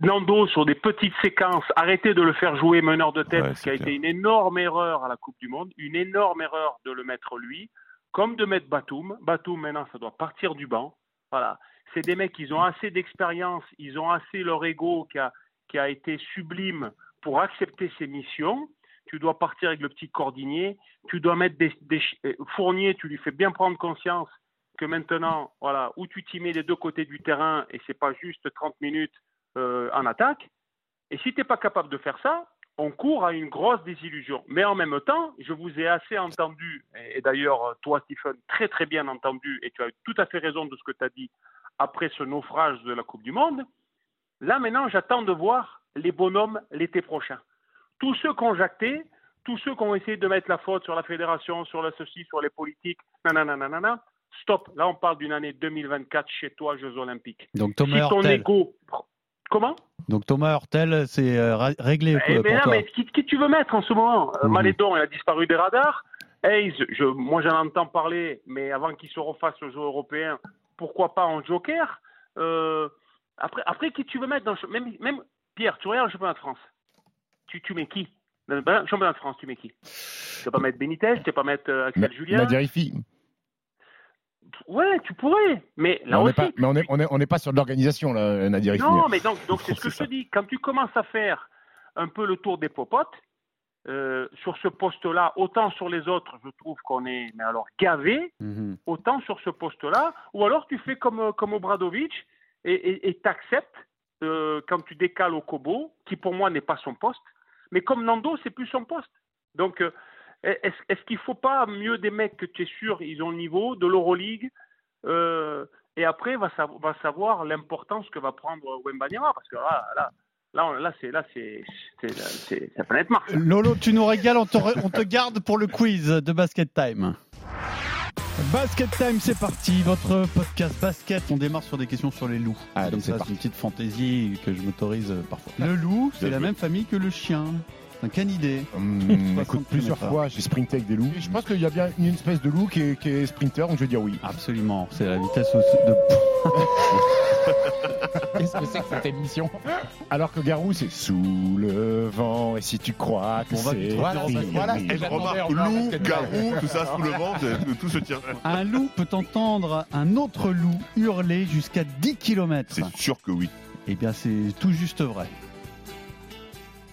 Speaker 12: Nando sur des petites séquences, arrêtez de le faire jouer meneur de tête, ce qui a été une énorme erreur à la Coupe du Monde, une énorme erreur de le mettre lui, comme de mettre Batum. Batum, maintenant, ça doit partir du banc. Voilà. C'est des mecs, ils ont assez d'expérience, ils ont assez leur ego qui a, qui a été sublime pour accepter ces missions. Tu dois partir avec le petit cordinier, tu dois mettre des, des ch- euh, fourniers, tu lui fais bien prendre conscience que maintenant, voilà, où tu t'y mets des deux côtés du terrain et c'est pas juste 30 minutes euh, en attaque. Et si tu n'es pas capable de faire ça, on court à une grosse désillusion. Mais en même temps, je vous ai assez entendu, et et d'ailleurs, toi, Stephen, très très bien entendu, et tu as eu tout à fait raison de ce que tu as dit après ce naufrage de la Coupe du Monde. Là, maintenant, j'attends de voir les bonhommes l'été prochain. Tous ceux qui ont jacté, tous ceux qui ont essayé de mettre la faute sur la fédération, sur la ceci, sur les politiques, nanana, nanana, stop. Là, on parle d'une année 2024 chez toi, Jeux Olympiques.
Speaker 5: Donc Thomas
Speaker 12: si ton
Speaker 5: Hurtel.
Speaker 12: ego- Comment
Speaker 5: Donc Thomas Hurtel, c'est euh, ra- réglé
Speaker 12: eh
Speaker 5: quoi,
Speaker 12: ben
Speaker 5: pour
Speaker 12: là,
Speaker 5: toi.
Speaker 12: mais qui, qui tu veux mettre en ce moment Euh,
Speaker 5: Mhm.
Speaker 12: Malédon, il a disparu des radars. Hayes, je, moi j'en entends parler, mais avant qu'il se refasse au jeu européen, pourquoi pas en joker Euh, après, après, qui tu veux mettre dans le ch- même, même Pierre, tu regardes le championnat de France. Tu, tu mets qui Dans le ba- championnat de France, tu mets qui Tu vas pas mettre Benitez, tu vas pas mettre euh, Axel Julien
Speaker 6: La vérifie.
Speaker 12: Ouais, tu pourrais, mais là
Speaker 6: on n'est
Speaker 12: aussi,
Speaker 6: pas, mais on est, on est- on n'est pas sur de l'organisation, là, euh, Nadir Ifni.
Speaker 12: Non, mais donc, donc c'est ce que je te dis. Quand tu commences à faire un peu le tour des popotes, euh, sur ce poste-là, autant sur les autres, je trouve qu'on est, mais alors gavé,
Speaker 5: Mhm.
Speaker 12: autant sur ce poste-là, ou alors tu fais comme, euh, comme Obradovic et- et et t'acceptes euh, quand tu décales au Kobo, qui pour moi n'est pas son poste, mais comme Nando, c'est plus son poste. Donc, euh, est-ce est-ce qu'il ne faut pas mieux des mecs que tu es sûr, ils ont le niveau, de l'Euroleague euh, et après, va, sav- va savoir l'importance que va prendre Wembanyama, parce que là, là, là, on- là, c'est, là, c'est, c'est, c'est, c'est la planète Mars.
Speaker 5: Lolo, tu nous régales, on te, re- on te garde pour le quiz de Basket Time. Basket Time, c'est parti, votre podcast basket. On démarre sur des questions sur les loups. Comme ça, Ah, c'est une petite fantaisie que je m'autorise euh, parfois. Le loup, c'est
Speaker 6: Bien
Speaker 5: la
Speaker 6: joué.
Speaker 5: même famille que le chien. C'est un canidé.
Speaker 6: Hum, écoute, plusieurs fois, j'ai sprinté avec des loups. Et je pense qu'il y a bien une espèce de loup qui est, qui est sprinter, donc je vais dire oui.
Speaker 5: Absolument, c'est la vitesse au- de.
Speaker 6: Qu'est-ce que c'est que cette émission Alors que Garou, c'est sous le vent, et si tu crois que
Speaker 5: On va vite
Speaker 6: c'est.
Speaker 5: revenir en
Speaker 6: fini.
Speaker 5: basket. Voilà ce que
Speaker 7: Et je
Speaker 5: j'attendais,
Speaker 7: remarque
Speaker 5: on va
Speaker 7: loup,
Speaker 5: peut-être
Speaker 7: garou,
Speaker 5: pas.
Speaker 7: tout ça sous le vent, euh, tout se tient.
Speaker 5: Un loup peut entendre un autre loup hurler jusqu'à 10 km. C'est
Speaker 7: sûr que oui.
Speaker 5: Eh bien, c'est tout juste vrai.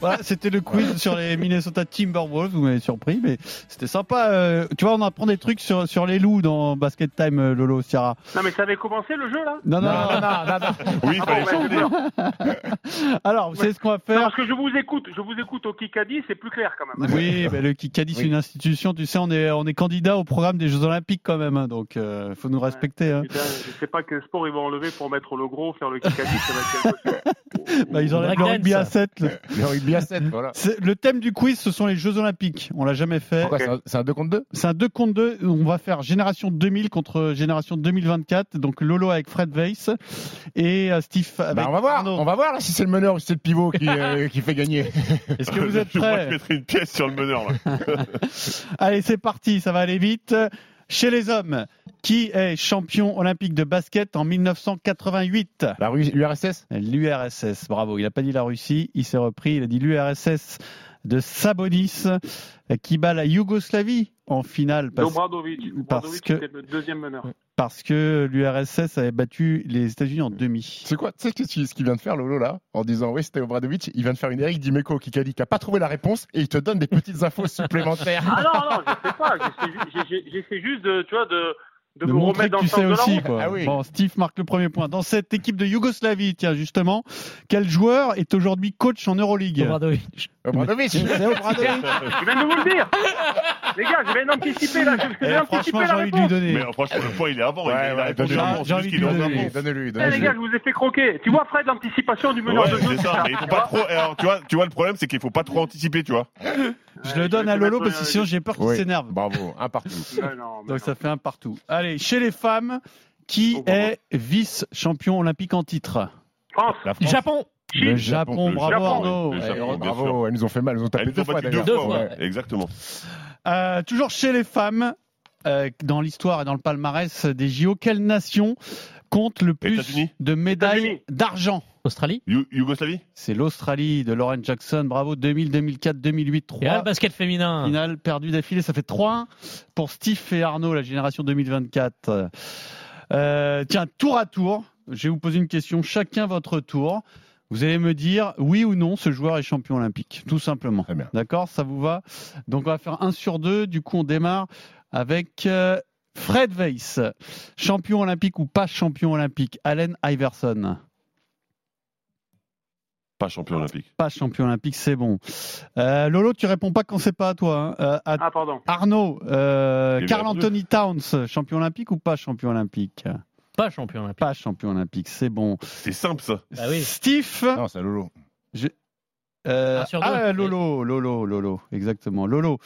Speaker 5: voilà, c'était le quiz sur les Minnesota Timberwolves. Vous m'avez surpris, mais c'était sympa. euh, tu vois, on apprend des trucs sur, sur les loups dans Basket Time, euh, Lolo, Sierra.
Speaker 12: Non, mais ça avait commencé le jeu, là Ah,
Speaker 5: Non, non, non, non,
Speaker 7: Oui,
Speaker 6: Ah, bah,
Speaker 7: il fallait changer.
Speaker 5: Alors, vous savez ce qu'on va faire
Speaker 12: Parce que je vous écoute, je vous écoute au Kikadi, c'est plus clair quand même.
Speaker 5: Oui, ben, le Kikadi, c'est une institution. Tu sais, on est, on est candidat au programme des Jeux Olympiques quand même. hein, donc, euh, faut nous respecter. hein.
Speaker 12: Putain, je sais pas quel sport ils vont enlever pour mettre le gros, faire le Kikadi, ça va être quelque chose.
Speaker 5: Bah, ils enlèvent le
Speaker 12: Breakdance.
Speaker 5: rugby à 7.
Speaker 6: Le rugby à 7, voilà.
Speaker 5: C'est- Le thème du quiz, ce sont les Jeux Olympiques. On l'a jamais fait.
Speaker 6: Pourquoi, c'est un- C'est un 2 contre 2
Speaker 5: C'est un 2 contre 2. On va faire génération 2000 contre génération 2024. Donc Lolo avec Fred Weiss et euh, Steve avec.
Speaker 6: Bah, on va voir, on va voir là si c'est le meneur ou si c'est le pivot qui, euh, qui fait gagner.
Speaker 5: Est-ce que vous êtes
Speaker 7: Moi,
Speaker 5: prêts
Speaker 7: je mettrais une pièce sur le meneur, là.
Speaker 5: Allez, c'est parti. Ça va aller vite. Chez les hommes, qui est champion olympique de basket en 1988
Speaker 6: La l'URSS
Speaker 5: L'URSS, bravo. Il n'a pas dit la Russie, il s'est repris. Il a dit l'URSS de Sabonis euh, qui bat la Yougoslavie en finale. parce-
Speaker 12: Dobradovic,
Speaker 5: parce
Speaker 12: Dobradovic,
Speaker 5: que-
Speaker 12: c'était le deuxième meneur.
Speaker 5: parce que l'URSS avait battu les États-Unis en demi.
Speaker 6: C'est quoi Tu sais qu'est-ce qu'il- ce qu'il vient de faire, Lolo, là En disant oui, c'était Obradovic, il vient de faire une Eric Dimeco qui a dit qu'il n'a pas trouvé la réponse et il te donne des petites infos supplémentaires.
Speaker 12: Ah non, non, je sais pas, j'essaie ju- j'ai- j'ai- j'essaie juste de, tu vois, de, de,
Speaker 5: De
Speaker 12: me
Speaker 5: montrer que
Speaker 12: remettre dans
Speaker 5: tu
Speaker 12: le sens
Speaker 5: sais
Speaker 12: de la
Speaker 5: aussi.
Speaker 12: route.
Speaker 5: quoi. Bon, Steve marque le premier point. Dans cette équipe de Yougoslavie, tiens justement, quel joueur est aujourd'hui coach en Euroleague Eh,
Speaker 8: Obradovic.
Speaker 5: Obradovic. C'est Obradovic.
Speaker 12: Je viens de vous le dire Les gars, je viens d'anticiper là, je je
Speaker 5: Eh,
Speaker 12: viens
Speaker 5: franchement,
Speaker 12: d'anticiper
Speaker 5: j'ai
Speaker 12: la
Speaker 5: envie de lui
Speaker 12: réponse
Speaker 5: donner.
Speaker 7: Mais euh, franchement, le point, il est avant. il a- il a répondu
Speaker 5: donne-lui.
Speaker 7: avant.
Speaker 5: J'ai
Speaker 7: C'est
Speaker 5: envie
Speaker 7: juste qu'il est
Speaker 5: de
Speaker 7: en
Speaker 5: lui donner.
Speaker 7: avance.
Speaker 6: Donne-lui,
Speaker 12: Eh les gars, je vous ai fait croquer. Tu vois, Fred, l'anticipation du meneur
Speaker 7: Ouais,
Speaker 12: de jeu.
Speaker 7: c'est ça. Mais il faut pas trop. eh, alors, tu vois, tu vois, le problème, c'est qu'il faut pas trop anticiper, tu vois.
Speaker 5: Je le donne à Lolo parce que sinon j'ai peur qu'il
Speaker 7: Oui.
Speaker 5: s'énerve.
Speaker 6: Bravo, un partout.
Speaker 5: Donc ça fait un partout. Allez, chez les femmes, qui est vice-champion olympique en titre
Speaker 12: France.
Speaker 6: La France.
Speaker 8: Japon.
Speaker 5: Le Japon,
Speaker 6: Le
Speaker 5: bravo
Speaker 6: Japon,
Speaker 5: Arnaud.
Speaker 6: oui, le Japon,
Speaker 5: Ouais.
Speaker 6: bien Eh, Bravo, elles nous ont fait mal, elles nous ont tapé
Speaker 7: Elles
Speaker 6: deux
Speaker 7: nous ont
Speaker 6: fois
Speaker 7: battu
Speaker 6: d'ailleurs.
Speaker 7: deux fois, ouais, Exactement.
Speaker 5: Euh, toujours chez les femmes, euh, dans l'histoire et dans le palmarès des JO, quelle nation compte le plus
Speaker 7: États-Unis
Speaker 5: de médailles d'argent Australie
Speaker 7: You- Yougoslavie
Speaker 5: C'est l'Australie de Lauren Jackson, bravo, 2000, 2004, 2008, 3.
Speaker 8: Et là, le basket féminin.
Speaker 5: Finale perdue d'affilée, ça fait 3 pour Steve et Arnaud, la génération 2024. Euh, tiens, tour à tour, je vais vous poser une question, chacun votre tour. Vous allez me dire oui ou non ce joueur est champion olympique, tout simplement. D'accord Ça vous va Donc on va faire 1 sur 2, du coup on démarre avec euh, Fred Weiss, champion olympique ou pas champion olympique, Allen Iverson.
Speaker 7: Pas champion olympique.
Speaker 5: Pas champion olympique, c'est bon. Euh, Lolo, tu réponds pas quand c'est pas à toi. hein. Euh, à-
Speaker 12: Ah, pardon.
Speaker 5: Arnaud, euh,
Speaker 8: J'ai bien
Speaker 5: Carl Anthony Towns, champion olympique ou pas champion olympique
Speaker 8: Pas champion olympique.
Speaker 5: Pas champion olympique, c'est bon.
Speaker 7: C'est simple ça.
Speaker 8: Bah
Speaker 5: Steve. Non, c'est Lolo.
Speaker 8: Un sur deux.
Speaker 5: ah, Lolo, Lolo, Lolo, exactement. Lolo.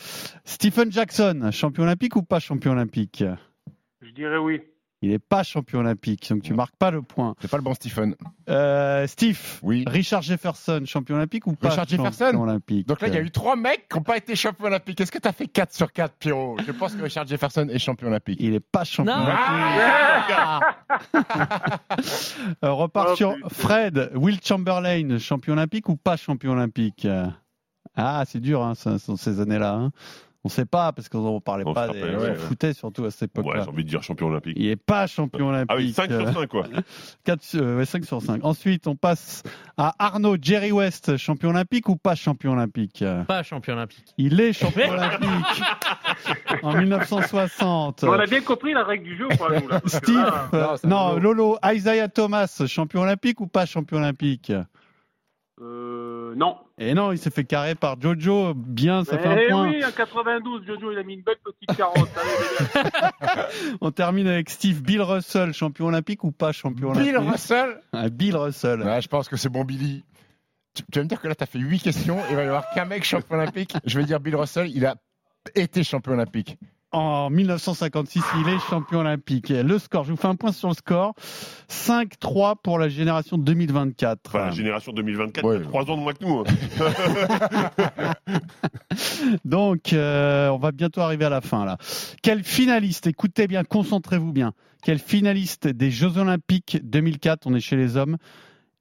Speaker 5: Stephen Jackson, champion olympique ou pas champion olympique
Speaker 12: Je dirais oui.
Speaker 5: Il n'est pas champion olympique, donc tu marques pas le point.
Speaker 6: C'est pas le bon Stephen.
Speaker 5: Euh, Steve, Richard Jefferson, champion olympique ou pas
Speaker 18: Richard Jefferson
Speaker 5: champion olympique
Speaker 18: Donc là, il y a eu trois mecs qui n'ont pas été champions olympiques. Est-ce que tu as fait 4 sur 4, Pierrot Je pense que Richard Jefferson est champion olympique.
Speaker 5: Il n'est pas champion
Speaker 18: Non.
Speaker 5: olympique. Euh, repart sur Fred, Will Chamberlain, champion olympique ou pas champion olympique Euh, Ah, c'est dur, hein, ça, ce- ces années-là. hein. On ne sait pas, parce qu'on ne parlait
Speaker 7: On se
Speaker 5: pas,
Speaker 7: rappelle,
Speaker 5: des- on
Speaker 7: ouais,
Speaker 5: s'en
Speaker 7: ouais.
Speaker 5: foutait surtout à cette
Speaker 7: Ouais,
Speaker 5: époque-là.
Speaker 7: j'ai envie de dire champion olympique.
Speaker 5: Il n'est pas champion olympique. Euh,
Speaker 7: Ah oui, 5 sur 5 quoi.
Speaker 5: 4, 5 sur 5. Ensuite, on passe à Arnaud, Jerry West, champion olympique ou pas champion olympique Euh,
Speaker 8: Pas champion olympique.
Speaker 5: Il est champion olympique en 1960.
Speaker 12: Mais on a bien compris la règle du jeu, pour nous. Là, parce que
Speaker 5: Steve,
Speaker 12: là,
Speaker 5: euh, non, Lolo, Isaiah Thomas, champion olympique ou pas champion olympique
Speaker 12: euh, non.
Speaker 5: Et non, il s'est fait carrer par Jojo, bien, ça fait un
Speaker 12: Eh
Speaker 5: point.
Speaker 12: oui, en 92, Jojo, il a mis une belle petite carotte. Allez, les gars.
Speaker 5: On termine avec Steve, Bill Russell, champion olympique ou pas champion olympique
Speaker 18: Bill Russell
Speaker 5: Ah, Bill Russell.
Speaker 18: Je pense que c'est bon, Billy. Tu, tu vas me dire que là, tu as fait 8 questions. Il va y avoir qu'un mec champion olympique. Je vais dire Bill Russell, il a été champion olympique.
Speaker 5: En 1956, il est champion olympique. Et Le score, je vous fais un point sur le score. 5-3 pour la génération 2024.
Speaker 7: Enfin, la génération 2024,
Speaker 5: Ouais.
Speaker 7: il y a 3 ans de moins que nous. hein.
Speaker 5: Donc, euh, on va bientôt arriver à la fin là. Quel finaliste, écoutez bien, concentrez-vous bien, quel finaliste des Jeux Olympiques 2004, on est chez les hommes,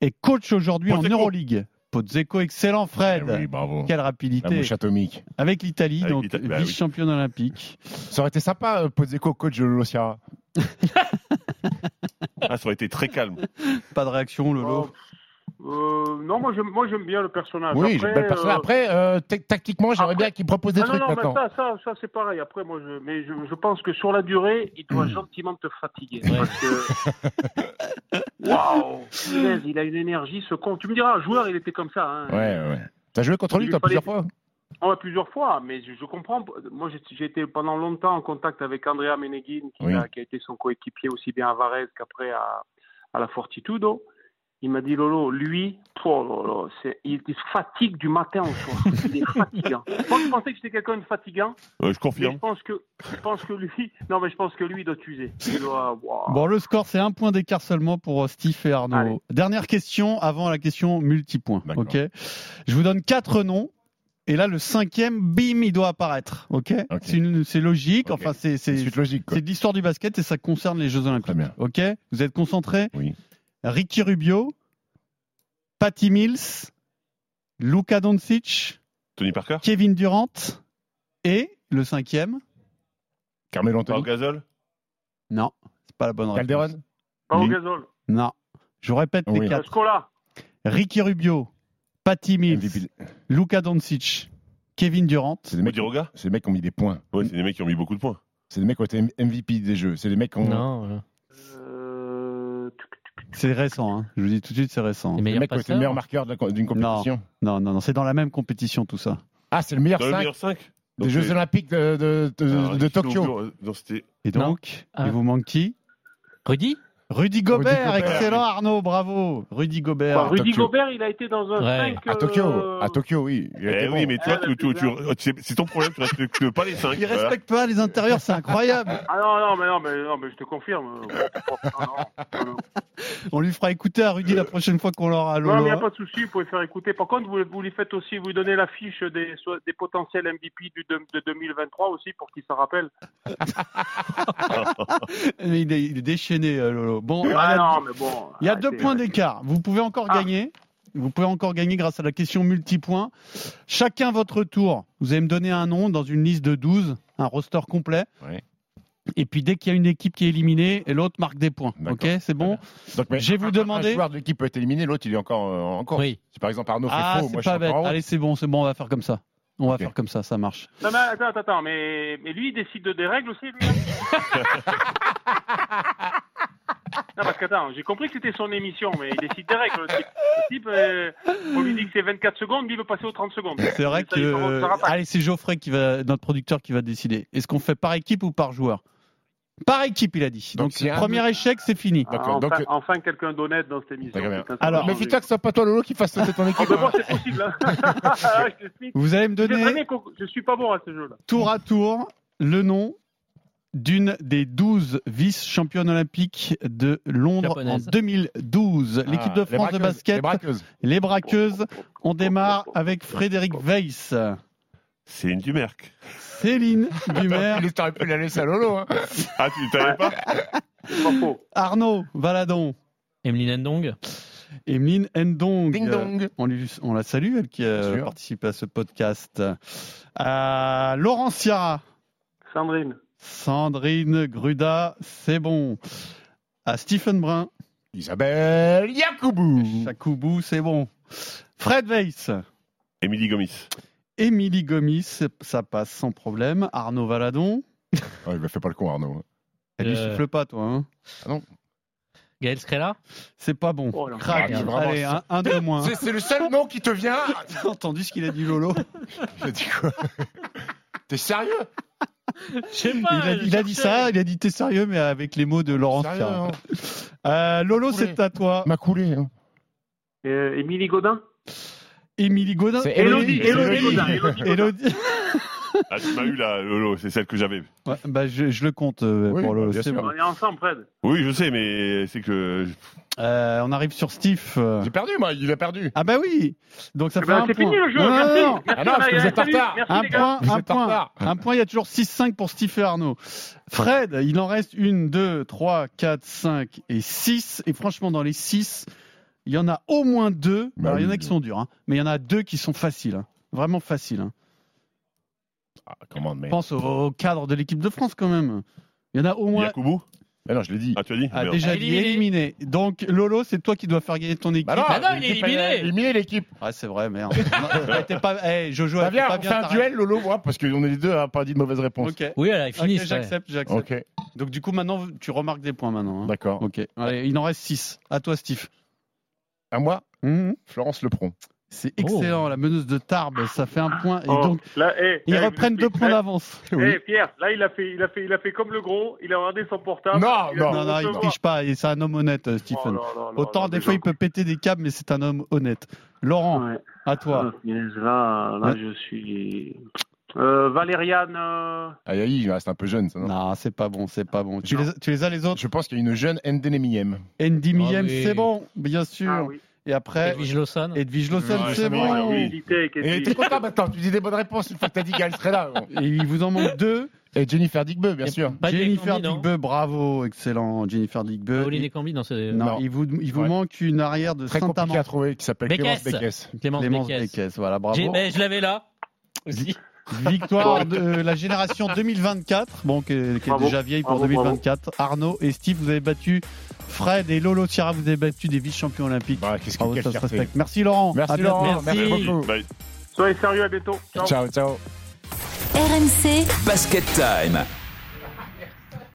Speaker 5: est coach aujourd'hui en Euroleague Pozzeco, excellent Fred.
Speaker 6: Eh oui, bravo.
Speaker 5: Quelle rapidité.
Speaker 6: La mouche atomique.
Speaker 5: Avec l'Italie,
Speaker 6: Avec
Speaker 5: donc
Speaker 6: l'Italie, bah oui.
Speaker 5: vice-champion olympique.
Speaker 18: Ça aurait été sympa, euh, Pozzeco, coach de Lolo Sierra.
Speaker 7: Ah, ça aurait été très calme.
Speaker 5: Pas de réaction,
Speaker 12: Oh,
Speaker 5: Lolo.
Speaker 12: Euh, non, moi j'aime, moi, j'aime bien le personnage.
Speaker 18: Oui,
Speaker 12: Après,
Speaker 6: ben,
Speaker 18: j'ai belle personne.
Speaker 12: euh,
Speaker 18: Après, euh, ta- tactiquement, j'aimerais bien qu'il propose des
Speaker 12: Ah
Speaker 18: trucs
Speaker 12: non, non,
Speaker 18: maintenant.
Speaker 12: mais ça, ça, ça c'est pareil. Après, moi, je, mais je, je pense que sur la durée, il doit gentiment te fatiguer. Parce que. Waouh punaise, Il a une énergie, ce con. Tu me diras, un joueur, il était comme ça. Hein.
Speaker 18: Ouais, ouais, ouais. T'as joué contre lui,
Speaker 12: Il
Speaker 18: toi,
Speaker 12: fallait-
Speaker 18: plusieurs fois
Speaker 12: Ouais, Ah, plusieurs fois, mais je, je comprends. Moi, j'ai- j'ai été pendant longtemps en contact avec Andrea Meneghin, qui,
Speaker 18: Oui.
Speaker 12: a, qui a été son coéquipier aussi bien à Varese qu'après à, à la Fortitudo. Il m'a dit, Lolo, lui, pour Lolo, c'est- il te fatigue du matin au soir. Il est fatigant. Moi, je pensais que j'étais quelqu'un de fatigant.
Speaker 7: Ouais, je
Speaker 12: mais
Speaker 7: confirme.
Speaker 12: Je pense, que, je pense que lui, non, mais je pense que lui, il doit t'user. Il doit- waouh.
Speaker 5: Bon, le score, c'est un point d'écart seulement pour euh, Steve et Arnaud. Dernière question avant la question multipoint. Ok. Je vous donne quatre noms. Et là, le cinquième, bim, il doit apparaître. Ok. C'est une- C'est logique. Enfin, c'est c'est c'est de l'histoire du basket et ça concerne les Jeux Olympiques. Ok. Vous êtes concentrés.
Speaker 6: Oui.
Speaker 5: Ricky Rubio, Patty Mills, Luka Doncic,
Speaker 7: Tony Parker
Speaker 5: Kevin Durant et le cinquième.
Speaker 6: Carmelo Anthony.
Speaker 7: Pau Gasol
Speaker 5: Non, c'est pas la bonne réponse.
Speaker 6: Calderon
Speaker 12: Pas au
Speaker 5: Oui.
Speaker 12: gazole.
Speaker 5: Non. Je vous répète les quatre.
Speaker 12: euh, Scola.
Speaker 5: Ricky Rubio, Patty Mills, Luka Doncic, Kevin Durant.
Speaker 6: C'est des, mecs, c'est des mecs qui ont mis des points.
Speaker 7: Ouais, c'est des mecs qui ont mis beaucoup de points.
Speaker 6: C'est des mecs qui ont été M- MVP des jeux. C'est des mecs qui ont.
Speaker 8: Non. euh,
Speaker 12: euh,
Speaker 5: C'est récent, hein. je vous dis tout de suite, c'est récent.
Speaker 6: Les meilleurs Le mec qui a été le meilleur passeurs marqueur de la co- d'une compétition.
Speaker 5: Non, non, non, non, c'est dans la même compétition tout ça.
Speaker 18: Ah, c'est le meilleur
Speaker 7: Dans le
Speaker 18: 5
Speaker 7: meilleur cinq
Speaker 18: des
Speaker 7: Donc, euh, Ah,
Speaker 18: Jeux
Speaker 7: c'est-
Speaker 18: Olympiques de, de- de- de-
Speaker 7: Alors,
Speaker 18: de
Speaker 7: Ricky
Speaker 18: Tokyo.
Speaker 7: Rubio, euh, non, c'était-
Speaker 5: Et donc, il vous manque qui
Speaker 8: Rudy
Speaker 5: Rudy Gobert, excellent Arnaud, bravo. Rudy Gobert.
Speaker 12: Enfin, Rudy Gobert, il a été dans un euh, 5.
Speaker 6: À Tokyo, à Tokyo, oui. Il a
Speaker 7: Eh
Speaker 6: été
Speaker 7: oui,
Speaker 6: bon.
Speaker 7: mais toi, tu- tu- tu- c'est ton problème, tu respectes pas les 5.
Speaker 5: Ah, Il respecte pas les intérieurs, c'est incroyable.
Speaker 12: Ah non, non, mais non, mais, non, mais je te confirme.
Speaker 5: On lui fera écouter à Rudy la prochaine fois qu'on l'aura à
Speaker 12: Non, mais il n'y a
Speaker 5: Lolo.
Speaker 12: pas de souci, vous pouvez faire écouter. Par contre, vous, vous lui faites aussi, vous lui donnez la fiche des, so- des potentiels MVP du, de, de 2023 aussi pour qu'il s'en rappelle.
Speaker 5: Mais il, est, il est déchaîné, euh, Lolo. Bon,
Speaker 12: Ouais,
Speaker 5: il y a,
Speaker 12: Ah, non, mais bon,
Speaker 6: Ah,
Speaker 5: il y a
Speaker 12: arrêtez,
Speaker 5: deux points
Speaker 12: arrêtez.
Speaker 5: d'écart. Vous pouvez encore gagner. Vous pouvez encore gagner grâce à la question multipoint. Chacun votre tour. Vous allez me donner un nom dans une liste de 12, un roster complet. Et puis dès qu'il y a une équipe qui est éliminée, l'autre marque des points. Ok, c'est bon.
Speaker 6: mais
Speaker 5: Je vais vous
Speaker 6: un-
Speaker 5: demander.
Speaker 6: Un joueur de l'équipe peut être éliminé, l'autre il est encore euh, en course. Si par exemple Arnaud
Speaker 5: Ah,
Speaker 6: fait faux, moi
Speaker 5: c'est
Speaker 6: je suis
Speaker 5: pas bête.
Speaker 6: encore en haut.
Speaker 5: Allez, c'est bon, c'est bon. On va faire comme ça. On va faire comme ça, ça marche.
Speaker 12: Non, mais attends, attends, attends, mais, mais lui, il décide de- des règles aussi, lui hein Non, parce qu'attends, j'ai compris que c'était son émission, mais il décide des règles, le type. Le type, euh, on lui dit que c'est 24 secondes, lui, il veut passer aux 30 secondes.
Speaker 5: C'est vrai
Speaker 12: Ça, il commence
Speaker 5: que.
Speaker 12: à rapace.
Speaker 5: Allez, c'est Geoffrey, qui va, notre producteur, qui va décider. Est-ce qu'on fait par équipe ou par joueur Par équipe, il a dit. Donc,
Speaker 6: s'il y a un-
Speaker 5: premier échec, c'est fini.
Speaker 12: Ah, enfin, enfin quelqu'un d'honnête dans cette émission. Putain, ça
Speaker 5: euh, Alors-
Speaker 12: m'a
Speaker 6: Méfie-toi que ce soit pas toi Lolo qui fasse sauter ton
Speaker 12: bah,
Speaker 6: équipe. hein.
Speaker 12: Ah, je t'explique.
Speaker 5: Vous allez me
Speaker 12: Je
Speaker 5: donner-
Speaker 12: sais très bien qu'on- Je suis pas bon à ce jeu-là.
Speaker 5: tour à tour le nom d'une des 12 vice-championnes olympiques de Londres
Speaker 18: Japonaises.
Speaker 5: en 2012.
Speaker 18: Ah,
Speaker 5: L'équipe de
Speaker 18: les
Speaker 5: France de
Speaker 18: braqueuses,
Speaker 5: basket,
Speaker 18: les braqueuses.
Speaker 5: les braqueuses. On démarre avec Frédéric Weiss.
Speaker 7: C'est une Dumerc.
Speaker 5: Céline Dumer.
Speaker 6: T'aurais pu la laisser à Lolo. Hein.
Speaker 7: Ah, tu t'avais pas
Speaker 5: Arnaud Valadon.
Speaker 8: Emeline Ndong.
Speaker 5: Emeline Ndong.
Speaker 8: Ding dong.
Speaker 5: Euh, On, lui- on la salue, elle qui
Speaker 8: Bien
Speaker 5: a
Speaker 8: sûr.
Speaker 5: participé à ce podcast. Euh, Laurent Ciara.
Speaker 12: Sandrine.
Speaker 5: Sandrine Gruda, c'est bon. À Stephen Brun.
Speaker 6: Isabelle Yacoubou.
Speaker 5: Yacoubou, Mmh. c'est bon. Fred Weiss.
Speaker 7: Émilie Gomis.
Speaker 5: Émilie Gomis, ça passe sans problème. Arnaud Valadon.
Speaker 6: Ah, il ne fait pas le con Arnaud.
Speaker 5: Elle lui
Speaker 6: Euh.
Speaker 5: souffle pas, toi. Hein
Speaker 6: non.
Speaker 8: Gaël Scrella
Speaker 5: C'est pas bon. Crac.
Speaker 6: Ah, mais vraiment,
Speaker 5: Allez, un, un de moins.
Speaker 6: C'est- C'est le seul nom qui te vient.
Speaker 5: T'as entendu ce qu'il a dit, Lolo
Speaker 6: J'ai dit quoi T'es sérieux
Speaker 5: il a, il a dit ça, il a dit t'es sérieux, mais avec les mots de Laurent
Speaker 6: Sérieux, hein.
Speaker 5: Ferrand. Euh, Lolo, c'est à toi.
Speaker 6: M'a coulé. hein.
Speaker 12: Euh, Émilie Godin
Speaker 5: Émilie Godin.
Speaker 6: C'est
Speaker 12: Élodie, Élodie Godin, Élodie Godin.
Speaker 5: Élodie.
Speaker 7: Ah, tu m'as eu là, Lolo, c'est celle que j'avais.
Speaker 5: Ouais, bah, je, je le compte euh, pour Lolo, c'est bon.
Speaker 12: On est ensemble, Fred.
Speaker 7: Oui, je sais, mais c'est que.
Speaker 5: Euh, on arrive sur Steve. J'ai
Speaker 6: perdu, moi, il a perdu.
Speaker 5: Ah bah oui Donc ça
Speaker 6: Eh
Speaker 5: fait
Speaker 6: ben,
Speaker 5: un
Speaker 6: c'est
Speaker 5: point.
Speaker 6: fini le jeu,
Speaker 5: non,
Speaker 6: merci.
Speaker 5: non, non.
Speaker 6: Merci, Ah non, parce que vous êtes en salut, retard. merci,
Speaker 5: un
Speaker 6: les gars.
Speaker 5: point,
Speaker 6: Vous
Speaker 5: un
Speaker 6: êtes en
Speaker 5: point,
Speaker 6: retard.
Speaker 5: un point, il y a toujours 6-5 pour Steve et Arnaud. Fred, il en reste 1, 2, 3, 4, 5 et 6. Et franchement, dans les 6, il y en a au moins 2.
Speaker 6: Bah
Speaker 5: Alors, il y en a
Speaker 6: oui.
Speaker 5: qui sont durs, hein. mais il y en a 2 qui sont faciles. hein. Vraiment faciles. hein.
Speaker 6: Ah, Comment, mais.
Speaker 5: Pense au, au cadre de l'équipe de France quand même. Il y en a au moins
Speaker 7: Yacoubou
Speaker 6: Mais non, je l'ai dit.
Speaker 7: Ah, tu as dit
Speaker 5: Ah,
Speaker 7: Merde.
Speaker 5: déjà dit éliminé. Donc Lolo, c'est toi qui dois faire gagner ton équipe.
Speaker 6: Bah non, Bah non, il est l'équipe, éliminé. elle est
Speaker 5: Éliminé l'équipe. Ah c'est vrai, merde. Non, elle était pas. eh, Jojo,
Speaker 6: Bah
Speaker 5: elle était
Speaker 6: viens,
Speaker 5: pas
Speaker 6: on
Speaker 5: bien.
Speaker 6: fait un
Speaker 5: ta
Speaker 6: duel, Lolo, moi, parce qu'on est les deux à pas dit de mauvaise réponse.
Speaker 5: Ok.
Speaker 8: Oui, elle a
Speaker 5: réponse.
Speaker 8: fini.
Speaker 5: Ok, j'accepte, j'accepte.
Speaker 6: Ok.
Speaker 5: Donc du coup maintenant tu remarques des points maintenant. hein.
Speaker 6: D'accord.
Speaker 5: Ok. Allez, il en reste 6. À toi, Steve.
Speaker 6: À moi
Speaker 5: Mhm.
Speaker 6: Florence Lepron.
Speaker 5: C'est excellent. La meneuse de Tarbes, ça fait un point. Et
Speaker 12: Oh,
Speaker 5: donc
Speaker 12: là, eh,
Speaker 5: ils
Speaker 12: eh,
Speaker 5: reprennent
Speaker 12: vous-
Speaker 5: deux points
Speaker 12: eh,
Speaker 5: d'avance.
Speaker 12: Eh Pierre, là il a fait, il a fait, il a fait comme le gros. Il a regardé son portable. il a
Speaker 5: non,
Speaker 12: fait
Speaker 5: non, non, il
Speaker 12: recevoir.
Speaker 5: triche pas. et C'est un homme honnête, euh, Stephen.
Speaker 12: Oh, non, non, non,
Speaker 5: Autant
Speaker 12: non,
Speaker 5: des
Speaker 12: mais
Speaker 5: fois
Speaker 12: j'en-
Speaker 5: il peut péter des câbles, mais c'est un homme honnête. Laurent, à toi.
Speaker 12: Ah, punaise, là, là, je suis. Euh, Valériane. euh,
Speaker 6: Aïe, aïe, il reste un peu jeune, ça, non
Speaker 5: Non, c'est pas bon, c'est pas bon. Tu les, as les autres
Speaker 6: Je pense qu'il y a une jeune Ndenemiem.
Speaker 12: Ah
Speaker 5: Andy Millem,
Speaker 6: oui.
Speaker 5: c'est bon, bien sûr. Et après, Edwige
Speaker 8: Lawson.
Speaker 5: Edwige Lawson,
Speaker 6: Ouais,
Speaker 5: c'est
Speaker 6: c'est bon,
Speaker 5: bon.
Speaker 6: oui. Hésité avec Edwige. Et t'es content maintenant, tu dis des bonnes réponses une fois que t'as dit qu'elle serait là.
Speaker 5: Et il vous en manque deux.
Speaker 6: Et Jennifer Digbe, bien sûr.
Speaker 5: bah, Jennifer Digbe, bravo, excellent. Jennifer Digbe.
Speaker 8: Pauline
Speaker 5: Il-
Speaker 8: Ekambi, non, c'est.
Speaker 5: euh, Non, il vous, il vous manque une arrière de
Speaker 8: Très
Speaker 5: Saint-Amand.
Speaker 8: compliqué à trouver,
Speaker 6: qui s'appelle
Speaker 8: Clémence Bécasse.
Speaker 5: Bécasse.
Speaker 8: Clémence
Speaker 5: Clémence
Speaker 8: Bécasse.
Speaker 5: Bécasse, voilà, bravo.
Speaker 8: J'ai- ben, je l'avais là. Aussi.
Speaker 5: Victoire de la génération 2024, bon, qui est, qui est
Speaker 8: Bravo,
Speaker 5: déjà vieille pour
Speaker 8: bravo,
Speaker 5: 2024. Arnaud et Steve, vous avez battu Fred et Lolo Sierra, vous avez battu des vice-champions olympiques.
Speaker 6: qu'est-ce
Speaker 5: Bravo,
Speaker 6: Bah,
Speaker 5: Ah
Speaker 6: quelle
Speaker 5: ça se
Speaker 6: fierté.
Speaker 5: respecte. Merci Laurent.
Speaker 6: Merci,
Speaker 5: À bientôt.
Speaker 6: Laurent. Ah, Merci. Merci beaucoup.
Speaker 7: Bye.
Speaker 12: Soyez sérieux, à bientôt. Ciao.
Speaker 6: ciao.
Speaker 4: RMC.
Speaker 19: Basket Time.